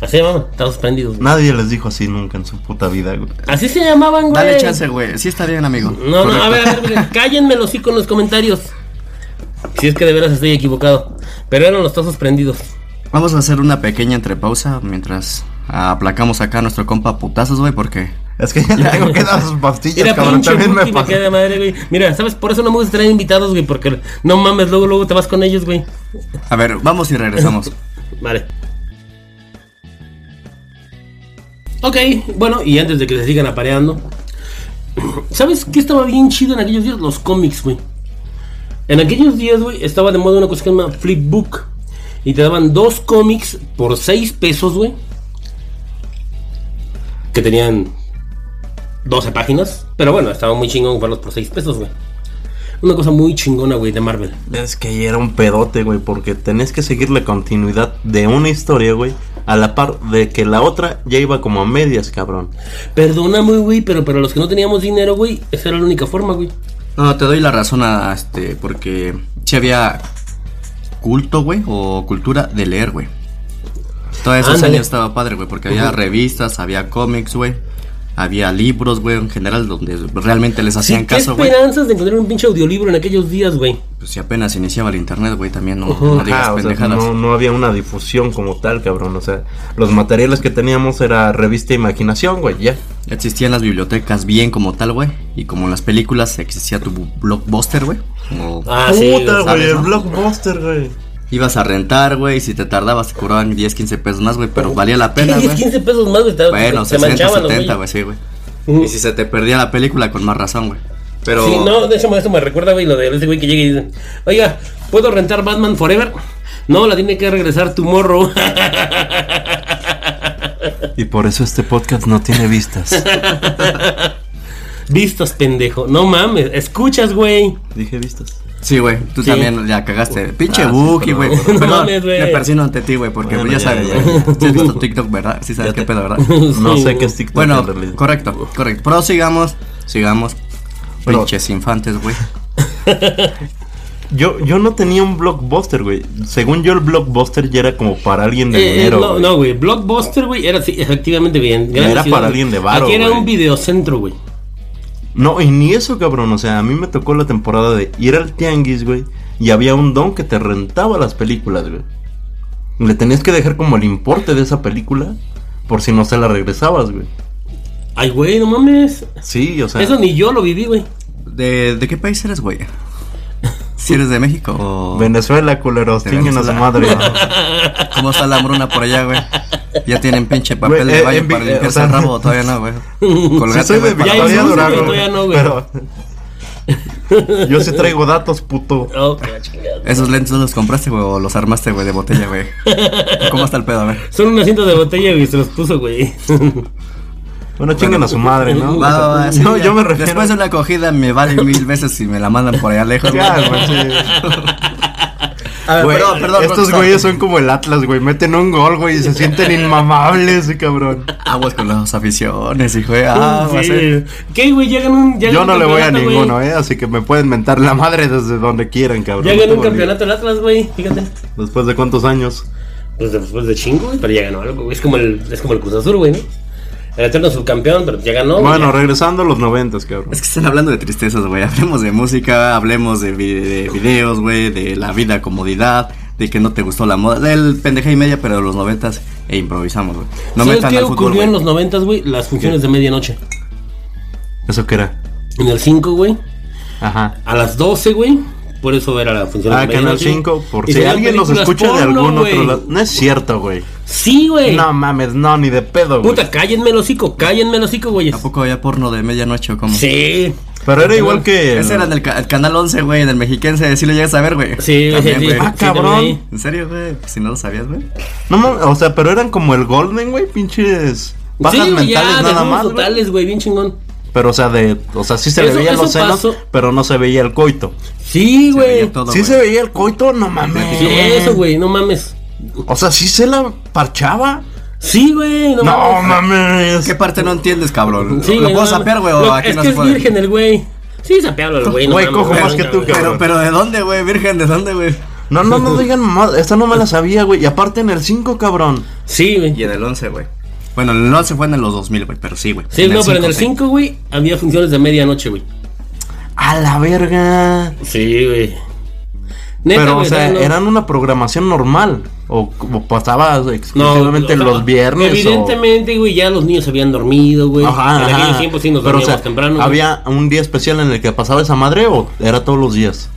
[SPEAKER 7] Así se llamaban, tazos prendidos. güey.
[SPEAKER 8] Nadie les dijo así nunca en su puta vida, güey.
[SPEAKER 7] Así se llamaban, güey.
[SPEAKER 5] Dale chance, güey. Sí está bien, amigo.
[SPEAKER 7] No, no, a
[SPEAKER 5] Correcto.
[SPEAKER 7] ver, a ver, miren, cállenme los hocico en los comentarios. Si es que de veras estoy equivocado. Pero eran los tazos prendidos.
[SPEAKER 5] Vamos a hacer una pequeña entrepausa mientras aplacamos acá a nuestro compa a putazos, güey, porque...
[SPEAKER 8] Es que ya tengo que dar sus pastillas,
[SPEAKER 7] Era
[SPEAKER 8] cabrón.
[SPEAKER 7] pinche
[SPEAKER 8] También me
[SPEAKER 7] puti, me
[SPEAKER 8] pasa.
[SPEAKER 7] quedé de madre, güey. Mira, ¿sabes? Por eso no me gusta traer invitados, güey, porque no mames, luego, luego te vas con ellos, güey.
[SPEAKER 5] A ver, vamos y regresamos.
[SPEAKER 7] Vale. Ok, bueno, y antes de que se sigan apareando, ¿sabes qué estaba bien chido en aquellos días? Los cómics, güey. En aquellos días, güey, estaba de moda una cosa que se llama Flipbook. Y te daban dos cómics por seis pesos, güey. Que tenían 12 páginas. Pero bueno, estaba muy chingón comprarlos por seis pesos, güey. Una cosa muy chingona, güey, de Marvel.
[SPEAKER 8] Es que ya era un pedote, güey, porque tenés que seguir la continuidad de una historia, güey, a la par de que la otra ya iba como a medias, cabrón.
[SPEAKER 7] Perdóname, güey, pero para los que no teníamos dinero, güey, esa era la única forma, güey.
[SPEAKER 5] No, te doy la razón a este, porque sí había culto, güey, o cultura de leer, güey. Todos esos
[SPEAKER 7] Ándale.
[SPEAKER 5] años estaba padre, güey, porque había revistas, había cómics, güey. Había libros, güey, en general, donde realmente les hacían
[SPEAKER 7] ¿Qué
[SPEAKER 5] caso, güey.
[SPEAKER 7] esperanzas de encontrar un pinche audiolibro en aquellos días, güey?
[SPEAKER 5] Pues si apenas iniciaba el internet, güey, también no,
[SPEAKER 7] Ujú.
[SPEAKER 5] no digas
[SPEAKER 8] Ajá, Ah, o sea,
[SPEAKER 5] pendejadas.
[SPEAKER 8] no, no había una difusión como tal, cabrón. O sea, los materiales que teníamos era revista Imaginación, güey, ya.
[SPEAKER 5] Existían las bibliotecas bien como tal, güey. Y como en las películas existía tu bu- blockbuster, güey. Como
[SPEAKER 7] Ah, sí,
[SPEAKER 5] Puta,
[SPEAKER 7] lo
[SPEAKER 5] güey,
[SPEAKER 7] sabes,
[SPEAKER 5] el
[SPEAKER 7] ¿no?
[SPEAKER 8] blockbuster, güey.
[SPEAKER 5] ibas a rentar, güey. Y si te tardabas, te cobraban 10, 15 pesos más, güey. Pero valía la pena,
[SPEAKER 7] 10,
[SPEAKER 5] güey.
[SPEAKER 7] 15 pesos más, güey. te-
[SPEAKER 5] Bueno,
[SPEAKER 7] te
[SPEAKER 5] 60,
[SPEAKER 7] manchaban los
[SPEAKER 5] 70,
[SPEAKER 7] güeyes.
[SPEAKER 5] güey, sí, güey.
[SPEAKER 7] Ujú.
[SPEAKER 5] Y si se te perdía la película, con más razón, güey. Pero.
[SPEAKER 7] Sí, no, de hecho, eso me recuerda, güey, lo de ese güey que llega y dice, oiga, ¿puedo rentar Batman Forever? No, la tiene que regresar tu morro.
[SPEAKER 8] Y por eso este podcast no tiene vistas.
[SPEAKER 7] Vistas, pendejo. No mames, escuchas, güey.
[SPEAKER 8] Dije vistas.
[SPEAKER 5] Sí, güey, tú
[SPEAKER 7] Sí.
[SPEAKER 5] también la cagaste. Pinche
[SPEAKER 8] Ah, sí,
[SPEAKER 5] Buki,
[SPEAKER 8] perdón.
[SPEAKER 5] güey.
[SPEAKER 8] No
[SPEAKER 5] Perdón,
[SPEAKER 7] mames, güey.
[SPEAKER 5] me persino ante ti, güey, porque
[SPEAKER 8] Bueno,
[SPEAKER 5] ya
[SPEAKER 8] ya,
[SPEAKER 5] sabes,
[SPEAKER 8] ya,
[SPEAKER 5] güey.
[SPEAKER 8] ya.
[SPEAKER 5] Sí has visto TikTok, ¿verdad? Sí sabes
[SPEAKER 8] Ya
[SPEAKER 5] qué
[SPEAKER 8] te-
[SPEAKER 5] pedo, ¿verdad?
[SPEAKER 8] No sé
[SPEAKER 7] Sí, güey.
[SPEAKER 8] qué es TikTok
[SPEAKER 5] Bueno,
[SPEAKER 8] en realidad.
[SPEAKER 5] correcto, correcto. Pero sigamos, sigamos.
[SPEAKER 8] Pero-
[SPEAKER 5] Pinches infantes, güey.
[SPEAKER 8] Yo, yo no tenía un blockbuster, güey. Según yo, el blockbuster ya era como para alguien de
[SPEAKER 7] Eh, eh,
[SPEAKER 8] dinero.
[SPEAKER 7] no,
[SPEAKER 8] güey.
[SPEAKER 7] no, güey. Blockbuster, güey, era sí, efectivamente bien. Gran
[SPEAKER 8] Era
[SPEAKER 7] ciudad,
[SPEAKER 8] para alguien de varo,
[SPEAKER 7] Aquí era
[SPEAKER 8] güey.
[SPEAKER 7] un videocentro, güey.
[SPEAKER 8] No, y ni eso, cabrón. O sea, a mí me tocó la temporada de ir al tianguis, güey. Y había un don que te rentaba las películas, güey. Le tenías que dejar como el importe de esa película por si no se la regresabas, güey.
[SPEAKER 7] Ay, güey, no mames.
[SPEAKER 8] Sí, o sea.
[SPEAKER 7] Eso ni yo lo viví, güey.
[SPEAKER 5] Eh, ¿De, de qué país eres, güey? ¿Si eres de México o
[SPEAKER 8] Venezuela, culeros,
[SPEAKER 5] De
[SPEAKER 8] chinguen a su
[SPEAKER 5] Venezuela.
[SPEAKER 8] madre.
[SPEAKER 5] cómo está la hambruna por allá, güey? Ya tienen pinche papel
[SPEAKER 8] Güey,
[SPEAKER 5] de
[SPEAKER 8] eh,
[SPEAKER 5] baño
[SPEAKER 8] en vi-
[SPEAKER 5] para
[SPEAKER 8] eh, o
[SPEAKER 5] limpiarse
[SPEAKER 8] sea,
[SPEAKER 5] el rabo, todavía no, güey.
[SPEAKER 8] Sí,
[SPEAKER 5] Colgate,
[SPEAKER 8] soy de
[SPEAKER 5] güey, para-
[SPEAKER 7] Ya hay
[SPEAKER 8] Victoria,
[SPEAKER 7] luz,
[SPEAKER 8] Durango,
[SPEAKER 7] pero todavía no, güey.
[SPEAKER 8] pero- Yo sí traigo datos, puto.
[SPEAKER 7] Oh, qué la chingada.
[SPEAKER 5] ¿Esos lentes los compraste, güey, o los armaste, güey, de botella, güey? ¿Cómo está el pedo, güey?
[SPEAKER 7] Son unas cintas de botella, güey, se los puso, güey.
[SPEAKER 8] Bueno, chinguen a su madre, ¿no?
[SPEAKER 5] Va, va, va, Ah, sí,
[SPEAKER 8] no,
[SPEAKER 5] ya.
[SPEAKER 8] yo me refiero.
[SPEAKER 5] Después de una acogida me vale mil veces si me la mandan por allá lejos. güey.
[SPEAKER 8] Ya, güey, sí.
[SPEAKER 5] A ver,
[SPEAKER 8] Güey,
[SPEAKER 5] perdón, perdón.
[SPEAKER 8] Estos
[SPEAKER 5] perdón.
[SPEAKER 8] güeyes son como el Atlas, güey. Meten un gol, güey, y se sienten inmamables, cabrón.
[SPEAKER 5] Aguas con las aficiones, hijo. eh,
[SPEAKER 8] Ah,
[SPEAKER 5] Aguas,
[SPEAKER 7] Uh, Sí.
[SPEAKER 5] eh.
[SPEAKER 7] ¿Qué, güey? Ya ganó un. ya
[SPEAKER 8] Yo
[SPEAKER 7] ganó
[SPEAKER 8] no
[SPEAKER 7] un
[SPEAKER 8] le voy a
[SPEAKER 7] campeonato, güey.
[SPEAKER 8] ninguno, ¿eh? Así que me pueden mentar la madre desde donde quieran, cabrón.
[SPEAKER 7] Ya
[SPEAKER 8] No
[SPEAKER 7] ganó un
[SPEAKER 8] tengo
[SPEAKER 7] campeonato el Atlas, güey. Fíjate.
[SPEAKER 8] ni- Después de cuántos años.
[SPEAKER 7] Pues después de chingo, güey, pero ya ganó algo, güey. Es como el, es como el Cruz Azul, güey, ¿no? El eterno subcampeón, pero Oh, ya ganó. güey,
[SPEAKER 8] Bueno, regresando a los noventas, cabrón.
[SPEAKER 5] Es que están hablando de tristezas, güey. Hablemos de música, hablemos de, vi- de videos, güey, de la vida, comodidad, de que no te gustó la moda, del pendeja y media, pero de los noventas e improvisamos, güey. No
[SPEAKER 7] ¿Sabes
[SPEAKER 5] metan
[SPEAKER 7] qué
[SPEAKER 5] al fútbol,
[SPEAKER 7] ocurrió en
[SPEAKER 5] güey.
[SPEAKER 7] los noventas, güey? Las funciones de medianoche.
[SPEAKER 8] ¿Eso qué era?
[SPEAKER 7] En el 5, güey.
[SPEAKER 8] Ajá.
[SPEAKER 7] A las 12, güey. Por eso era la función
[SPEAKER 8] Ah,
[SPEAKER 7] de
[SPEAKER 8] Canal
[SPEAKER 7] medianoche.
[SPEAKER 8] 5, por
[SPEAKER 7] Y
[SPEAKER 8] si
[SPEAKER 7] salían
[SPEAKER 8] alguien nos
[SPEAKER 7] películas
[SPEAKER 8] escucha de
[SPEAKER 7] porno,
[SPEAKER 8] algún otro
[SPEAKER 7] güey.
[SPEAKER 8] lado. No es cierto, güey.
[SPEAKER 7] Sí, güey.
[SPEAKER 8] No mames, no, ni de pedo, güey.
[SPEAKER 7] Puta, cállenme el hocico, cállenme el hocico, güey.
[SPEAKER 5] ¿A poco había porno de medianoche o cómo?
[SPEAKER 7] Sí.
[SPEAKER 8] Pero era igual que.
[SPEAKER 5] Ese era del ca- el canal 11, güey, del mexiquense. Si lo llegas a ver, güey.
[SPEAKER 7] Sí, güey.
[SPEAKER 5] También,
[SPEAKER 7] sí,
[SPEAKER 5] güey.
[SPEAKER 8] Ah,
[SPEAKER 7] sí,
[SPEAKER 8] cabrón.
[SPEAKER 7] también ahí.
[SPEAKER 5] ¿En serio, güey? Si no lo sabías, güey.
[SPEAKER 8] No mames, o sea, pero eran como el Golden, güey, pinches. Bajas
[SPEAKER 7] Sí, güey,
[SPEAKER 8] mentales
[SPEAKER 7] ya,
[SPEAKER 8] nada
[SPEAKER 7] desnudos
[SPEAKER 8] más. güey.
[SPEAKER 7] totales, güey, bien chingón.
[SPEAKER 8] Pero, o sea, de, o sea, sí se
[SPEAKER 7] Eso-
[SPEAKER 8] le veían
[SPEAKER 7] eso
[SPEAKER 8] los senos,
[SPEAKER 7] pasó.
[SPEAKER 8] pero no se veía el coito.
[SPEAKER 7] Sí,
[SPEAKER 5] Se
[SPEAKER 7] güey.
[SPEAKER 5] veía todo,
[SPEAKER 8] sí
[SPEAKER 5] güey.
[SPEAKER 8] se veía el coito, no mames.
[SPEAKER 7] Sí, eso, güey, no mames.
[SPEAKER 8] O sea, sí se la parchaba.
[SPEAKER 7] Sí, güey, no,
[SPEAKER 8] No
[SPEAKER 7] mames.
[SPEAKER 8] mames.
[SPEAKER 5] ¿Qué parte no entiendes, cabrón?
[SPEAKER 7] Sí,
[SPEAKER 5] ¿Lo
[SPEAKER 7] güey,
[SPEAKER 5] puedo
[SPEAKER 7] no,
[SPEAKER 5] sapear, güey?
[SPEAKER 7] no,
[SPEAKER 5] o aquí
[SPEAKER 7] Es
[SPEAKER 5] no
[SPEAKER 7] que
[SPEAKER 5] se
[SPEAKER 7] es
[SPEAKER 5] puede?
[SPEAKER 7] virgen el güey. Sí, sapearlo el güey. no
[SPEAKER 8] Güey,
[SPEAKER 7] mames,
[SPEAKER 8] cojo
[SPEAKER 7] no,
[SPEAKER 8] más que tú,
[SPEAKER 7] cabrón.
[SPEAKER 5] Pero, pero ¿de dónde, güey? Virgen, ¿de dónde, güey?
[SPEAKER 8] No, no, no digan más. Esta no me la sabía, güey. Y aparte en el 5, cabrón.
[SPEAKER 7] Sí, güey.
[SPEAKER 5] Y en el 11, güey. Bueno, en el 11 fue en los 2000, güey, pero sí, güey.
[SPEAKER 7] Sí, no, pero en el
[SPEAKER 5] sí.
[SPEAKER 7] 5, güey, había funciones de medianoche, güey.
[SPEAKER 8] A la verga.
[SPEAKER 7] Pues Sí, güey. Neta,
[SPEAKER 8] Pero, o
[SPEAKER 7] güey,
[SPEAKER 8] sea,
[SPEAKER 7] no.
[SPEAKER 8] eran una programación normal. O, o pasaba
[SPEAKER 7] No,
[SPEAKER 8] exclusivamente
[SPEAKER 7] o sea,
[SPEAKER 8] los viernes. o-
[SPEAKER 7] Evidentemente, güey, ya los niños se habían dormido, güey.
[SPEAKER 8] Ajá,
[SPEAKER 7] en aquellos
[SPEAKER 8] ajá.
[SPEAKER 7] tiempos sí nos
[SPEAKER 8] Pero, o
[SPEAKER 7] dormíamos
[SPEAKER 8] sea,
[SPEAKER 7] temprano. güey.
[SPEAKER 8] ¿Había un día especial en el que pasaba esa madre o era todos los días?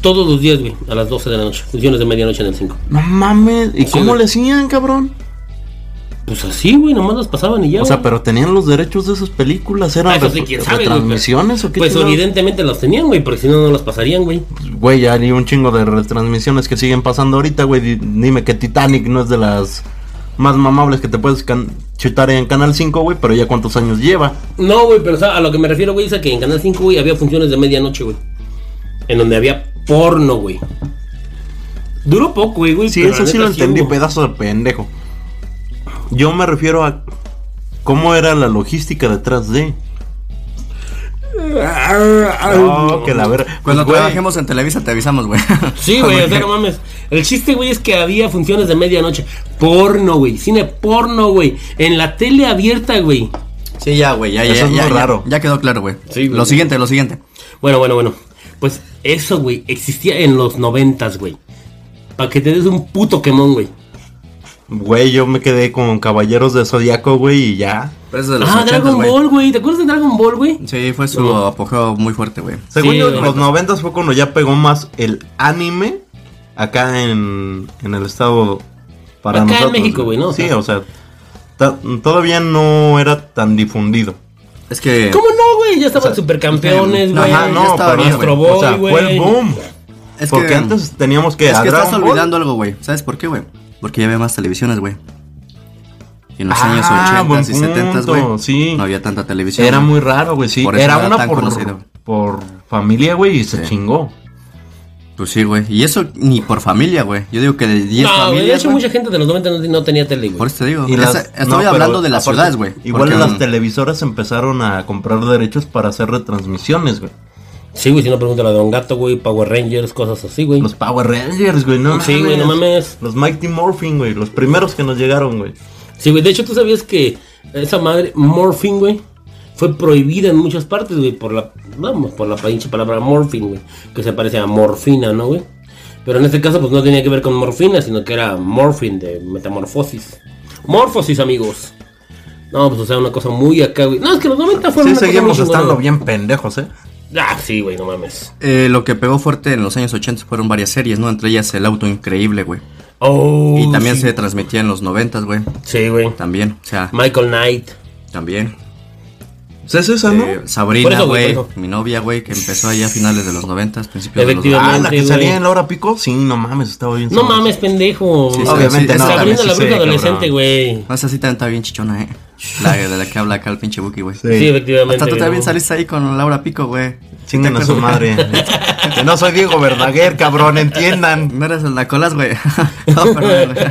[SPEAKER 7] Todos los días, güey, a las 12 de la noche. Funciones de medianoche en el 5.
[SPEAKER 8] No mames. ¿Y
[SPEAKER 7] Sí,
[SPEAKER 8] cómo
[SPEAKER 7] güey.
[SPEAKER 8] le hacían, cabrón?
[SPEAKER 7] Pues así, güey, nomás las pasaban y ya.
[SPEAKER 8] O sea,
[SPEAKER 7] güey.
[SPEAKER 8] pero tenían los derechos de esas películas,
[SPEAKER 7] Ah,
[SPEAKER 8] eran
[SPEAKER 7] eso sí, quién sabe, güey,
[SPEAKER 8] retransmisiones
[SPEAKER 7] pero-
[SPEAKER 8] o qué
[SPEAKER 7] Pues
[SPEAKER 8] chingados?
[SPEAKER 7] evidentemente las tenían, güey, porque si no, no las pasarían, güey.
[SPEAKER 8] Güey, ya hay un chingo de retransmisiones que siguen pasando ahorita, güey. Di- Dime que Titanic no es de las más mamables que te puedes can- chutar en Canal 5, güey, pero ya cuántos años lleva.
[SPEAKER 7] No, güey, pero o sea, a lo que me refiero, güey, es a que en Canal 5, güey, había funciones de medianoche, güey. En donde había porno, güey. Duró poco, güey, güey.
[SPEAKER 8] Sí,
[SPEAKER 7] pero
[SPEAKER 8] eso
[SPEAKER 7] la
[SPEAKER 8] sí
[SPEAKER 7] neta
[SPEAKER 8] lo entendí,
[SPEAKER 7] hubo.
[SPEAKER 8] pedazo de pendejo. Yo me refiero a cómo era la logística detrás de. No, que la verga.
[SPEAKER 5] Cuando
[SPEAKER 8] Güey,
[SPEAKER 5] trabajemos en Televisa te avisamos, güey.
[SPEAKER 7] Sí, güey, o sea, no mames. El chiste, güey, es que había funciones de medianoche. Porno, güey. Cine porno, güey. En la tele abierta, güey.
[SPEAKER 5] Sí, ya, güey, ya,
[SPEAKER 8] Eso
[SPEAKER 5] ya,
[SPEAKER 8] es
[SPEAKER 5] ya,
[SPEAKER 8] muy
[SPEAKER 5] ya,
[SPEAKER 8] raro.
[SPEAKER 5] ya quedó claro, güey.
[SPEAKER 7] Sí, güey.
[SPEAKER 5] lo siguiente, lo siguiente.
[SPEAKER 7] Bueno, bueno, bueno. Pues eso, güey, existía en los noventas, güey. Para que te des un puto quemón, güey.
[SPEAKER 8] Güey, yo me quedé con Caballeros de Zodiaco, güey, y ya.
[SPEAKER 5] Pero eso es de los
[SPEAKER 7] Ah,
[SPEAKER 5] 80s,
[SPEAKER 7] Dragon
[SPEAKER 5] güey.
[SPEAKER 7] Ball, güey. ¿Te acuerdas de Dragon Ball, güey?
[SPEAKER 5] Sí, fue su
[SPEAKER 7] No.
[SPEAKER 5] apogeo muy fuerte, güey.
[SPEAKER 8] Según
[SPEAKER 7] Sí,
[SPEAKER 8] yo,
[SPEAKER 7] güey.
[SPEAKER 8] los noventas fue cuando ya pegó más el anime acá en, en el estado para
[SPEAKER 7] Acá en
[SPEAKER 8] nosotros.
[SPEAKER 7] México, güey, ¿no? O
[SPEAKER 8] Sí,
[SPEAKER 7] sea.
[SPEAKER 8] o sea, ta- todavía no era tan difundido.
[SPEAKER 5] Es que.
[SPEAKER 7] ¿Cómo no, güey? Ya estaban
[SPEAKER 8] O sea,
[SPEAKER 7] supercampeones, güey.
[SPEAKER 8] Ajá, no,
[SPEAKER 5] estaba
[SPEAKER 8] pero
[SPEAKER 5] bien,
[SPEAKER 7] Astro
[SPEAKER 8] o sea,
[SPEAKER 7] Boy, güey.
[SPEAKER 8] fue el boom.
[SPEAKER 5] Es
[SPEAKER 8] porque
[SPEAKER 5] que,
[SPEAKER 8] antes teníamos que.
[SPEAKER 5] Es
[SPEAKER 8] a
[SPEAKER 5] que estás
[SPEAKER 8] Dragon Ball.
[SPEAKER 5] olvidando algo, güey. ¿Sabes por qué, güey? Porque ya había más televisiones, güey. En los
[SPEAKER 8] Ah, buen
[SPEAKER 5] años 80 y 70,
[SPEAKER 8] punto,
[SPEAKER 5] güey.
[SPEAKER 8] sí.
[SPEAKER 5] No había tanta televisión.
[SPEAKER 8] Era
[SPEAKER 5] güey.
[SPEAKER 8] muy raro, güey, sí.
[SPEAKER 5] Por eso
[SPEAKER 8] Era
[SPEAKER 5] no era
[SPEAKER 8] una
[SPEAKER 5] tan
[SPEAKER 8] por,
[SPEAKER 5] conocido.
[SPEAKER 8] por familia, güey, y se chingó.
[SPEAKER 5] Pues sí, güey. Y eso ni por familia, güey. Yo digo que de 10
[SPEAKER 7] No, güey, de
[SPEAKER 5] familias.
[SPEAKER 7] hecho,
[SPEAKER 5] güey,
[SPEAKER 7] mucha gente de los 90 no, no tenía tele,
[SPEAKER 5] Por
[SPEAKER 7] güey.
[SPEAKER 5] eso te digo.
[SPEAKER 8] Y
[SPEAKER 5] Esa-
[SPEAKER 8] las- no,
[SPEAKER 5] estoy
[SPEAKER 8] pero
[SPEAKER 5] hablando de las
[SPEAKER 8] aparte,
[SPEAKER 5] ciudades, güey.
[SPEAKER 8] Igual
[SPEAKER 5] Porque,
[SPEAKER 8] las
[SPEAKER 5] um,
[SPEAKER 8] televisoras empezaron a comprar derechos para hacer retransmisiones, güey.
[SPEAKER 7] Sí, güey, si no pregunta la de Don Gato, güey, Power Rangers, cosas así, güey.
[SPEAKER 8] Los Power Rangers, güey, no
[SPEAKER 7] Sí, güey, no mames.
[SPEAKER 8] Los Mighty Morphin, güey, los primeros que nos llegaron, güey.
[SPEAKER 7] Sí, güey, de hecho, tú sabías que esa madre, Morphine, güey, fue prohibida en muchas partes, güey, por la, vamos, por la pinche palabra Morphine, güey, que se parece a morfina, ¿no, güey? Pero en este caso, pues no tenía que ver con morfina, sino que era Morphine de metamorfosis. Morfosis, amigos. No, pues o sea, una cosa muy acá, güey. No, es que los 90
[SPEAKER 5] Pues
[SPEAKER 8] Sí,
[SPEAKER 7] fueron una cosa
[SPEAKER 8] seguimos
[SPEAKER 7] muy chingona,
[SPEAKER 8] estando
[SPEAKER 7] güey.
[SPEAKER 8] bien pendejos, ¿eh?
[SPEAKER 7] Ah, sí, güey, no mames.
[SPEAKER 5] eh, lo que pegó fuerte en los años 80 fueron varias series, ¿no? Entre ellas El Auto Increíble, güey.
[SPEAKER 7] Oh,
[SPEAKER 5] y también
[SPEAKER 7] sí.
[SPEAKER 5] se transmitía en los 90, güey.
[SPEAKER 7] Sí, güey.
[SPEAKER 5] También, o sea,
[SPEAKER 7] Michael Knight.
[SPEAKER 5] también.
[SPEAKER 8] ¿Es esa,
[SPEAKER 5] Eh,
[SPEAKER 8] no?
[SPEAKER 7] Por
[SPEAKER 5] Sabrina,
[SPEAKER 7] eso, güey,
[SPEAKER 5] güey.
[SPEAKER 7] por eso.
[SPEAKER 5] Mi novia, güey, que empezó allá a finales de los 90, principios de los 2000.
[SPEAKER 7] Efectivamente.
[SPEAKER 8] Ah, la que
[SPEAKER 7] güey.
[SPEAKER 8] salía en la hora pico. Sí, no mames, estaba bien.
[SPEAKER 7] No
[SPEAKER 8] sabrosa.
[SPEAKER 7] mames, pendejo.
[SPEAKER 5] Sí, sí,
[SPEAKER 8] Obviamente,
[SPEAKER 5] sí,
[SPEAKER 8] no.
[SPEAKER 5] esa
[SPEAKER 7] Sabrina
[SPEAKER 5] también
[SPEAKER 8] mames,
[SPEAKER 7] la
[SPEAKER 8] sí
[SPEAKER 7] bruja
[SPEAKER 8] sé,
[SPEAKER 7] adolescente,
[SPEAKER 8] cabrón.
[SPEAKER 7] güey.
[SPEAKER 5] No, Ah, esa sí también está bien chichona, eh. La de la que habla acá el pinche Buki, güey.
[SPEAKER 7] Sí, efectivamente.
[SPEAKER 5] Hasta tú
[SPEAKER 7] güey,
[SPEAKER 5] también
[SPEAKER 7] no.
[SPEAKER 5] saliste ahí con Laura Pico, güey.
[SPEAKER 8] Chingan a su madre. que no soy Diego Verdaguer, cabrón, entiendan.
[SPEAKER 5] No eres el Nacolas, güey. no, perdón, güey.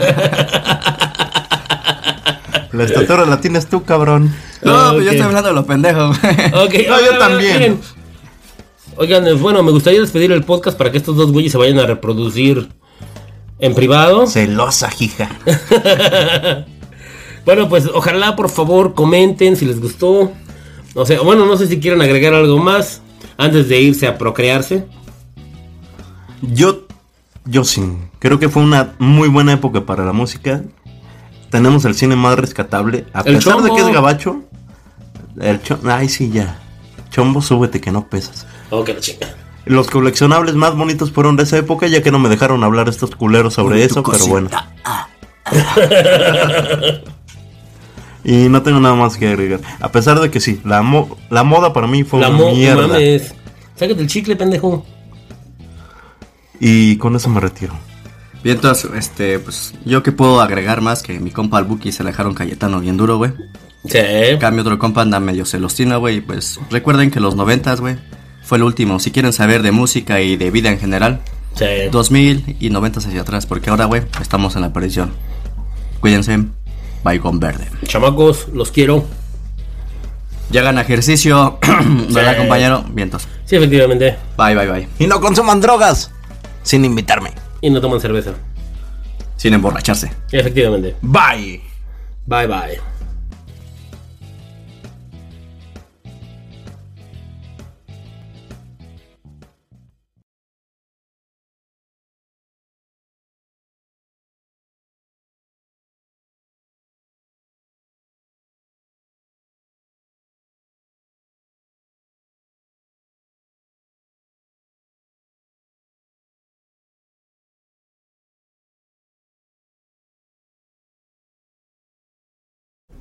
[SPEAKER 8] La estatura la tienes tú, cabrón.
[SPEAKER 5] No,
[SPEAKER 7] Ah,
[SPEAKER 5] pues yo
[SPEAKER 7] ok.
[SPEAKER 5] estoy hablando de los pendejos, güey.
[SPEAKER 7] Ok,
[SPEAKER 8] No,
[SPEAKER 7] oigan,
[SPEAKER 8] yo
[SPEAKER 7] oigan,
[SPEAKER 8] también.
[SPEAKER 7] miren. Oigan, eh, bueno, me gustaría despedir el podcast para que estos dos güeyes se vayan a reproducir en privado.
[SPEAKER 8] Celosa, hija.
[SPEAKER 7] Bueno, pues ojalá por favor comenten si les gustó. No sé, bueno, no sé si quieren agregar algo más antes de irse a procrearse.
[SPEAKER 8] Yo, yo sí. Creo que fue una muy buena época para la música. Tenemos el cine más rescatable. A
[SPEAKER 7] El
[SPEAKER 8] pesar de
[SPEAKER 7] chombo.
[SPEAKER 8] que es gabacho, el chombo. Ay, sí, ya. Chombo, súbete que no pesas.
[SPEAKER 7] Ok, la chica.
[SPEAKER 8] Los coleccionables más bonitos fueron de esa época, ya que no me dejaron hablar estos culeros sobre eso, pero bueno. y no tengo nada más que agregar. A pesar de que sí, la, mo- la moda para mí fue
[SPEAKER 7] La
[SPEAKER 8] una
[SPEAKER 7] mo
[SPEAKER 8] mierda.
[SPEAKER 7] mames. Sácate el chicle, pendejo.
[SPEAKER 8] Y con eso me retiro.
[SPEAKER 5] Bien, entonces, este, pues yo que puedo agregar más que mi compa al Buki se le dejaron Cayetano bien duro, güey.
[SPEAKER 7] Sí.
[SPEAKER 5] En cambio, otro compa anda medio celostina, güey. y Pues recuerden que los noventas, güey, fue el último. Si quieren saber de música y de vida en general,
[SPEAKER 7] Sí.
[SPEAKER 5] 2000 y 90 hacia atrás, porque ahora, güey, estamos en la aparición. Cuídense, bye con verde.
[SPEAKER 7] Chamacos, los quiero.
[SPEAKER 5] Ya hagan ejercicio, ¿verdad,
[SPEAKER 7] Sí.
[SPEAKER 5] compañero? Vientos.
[SPEAKER 7] Sí, efectivamente.
[SPEAKER 5] Bye, bye, bye.
[SPEAKER 8] Y no consuman drogas sin invitarme.
[SPEAKER 7] Y no toman cerveza.
[SPEAKER 5] Sin emborracharse.
[SPEAKER 7] Efectivamente.
[SPEAKER 8] Bye.
[SPEAKER 7] Bye bye.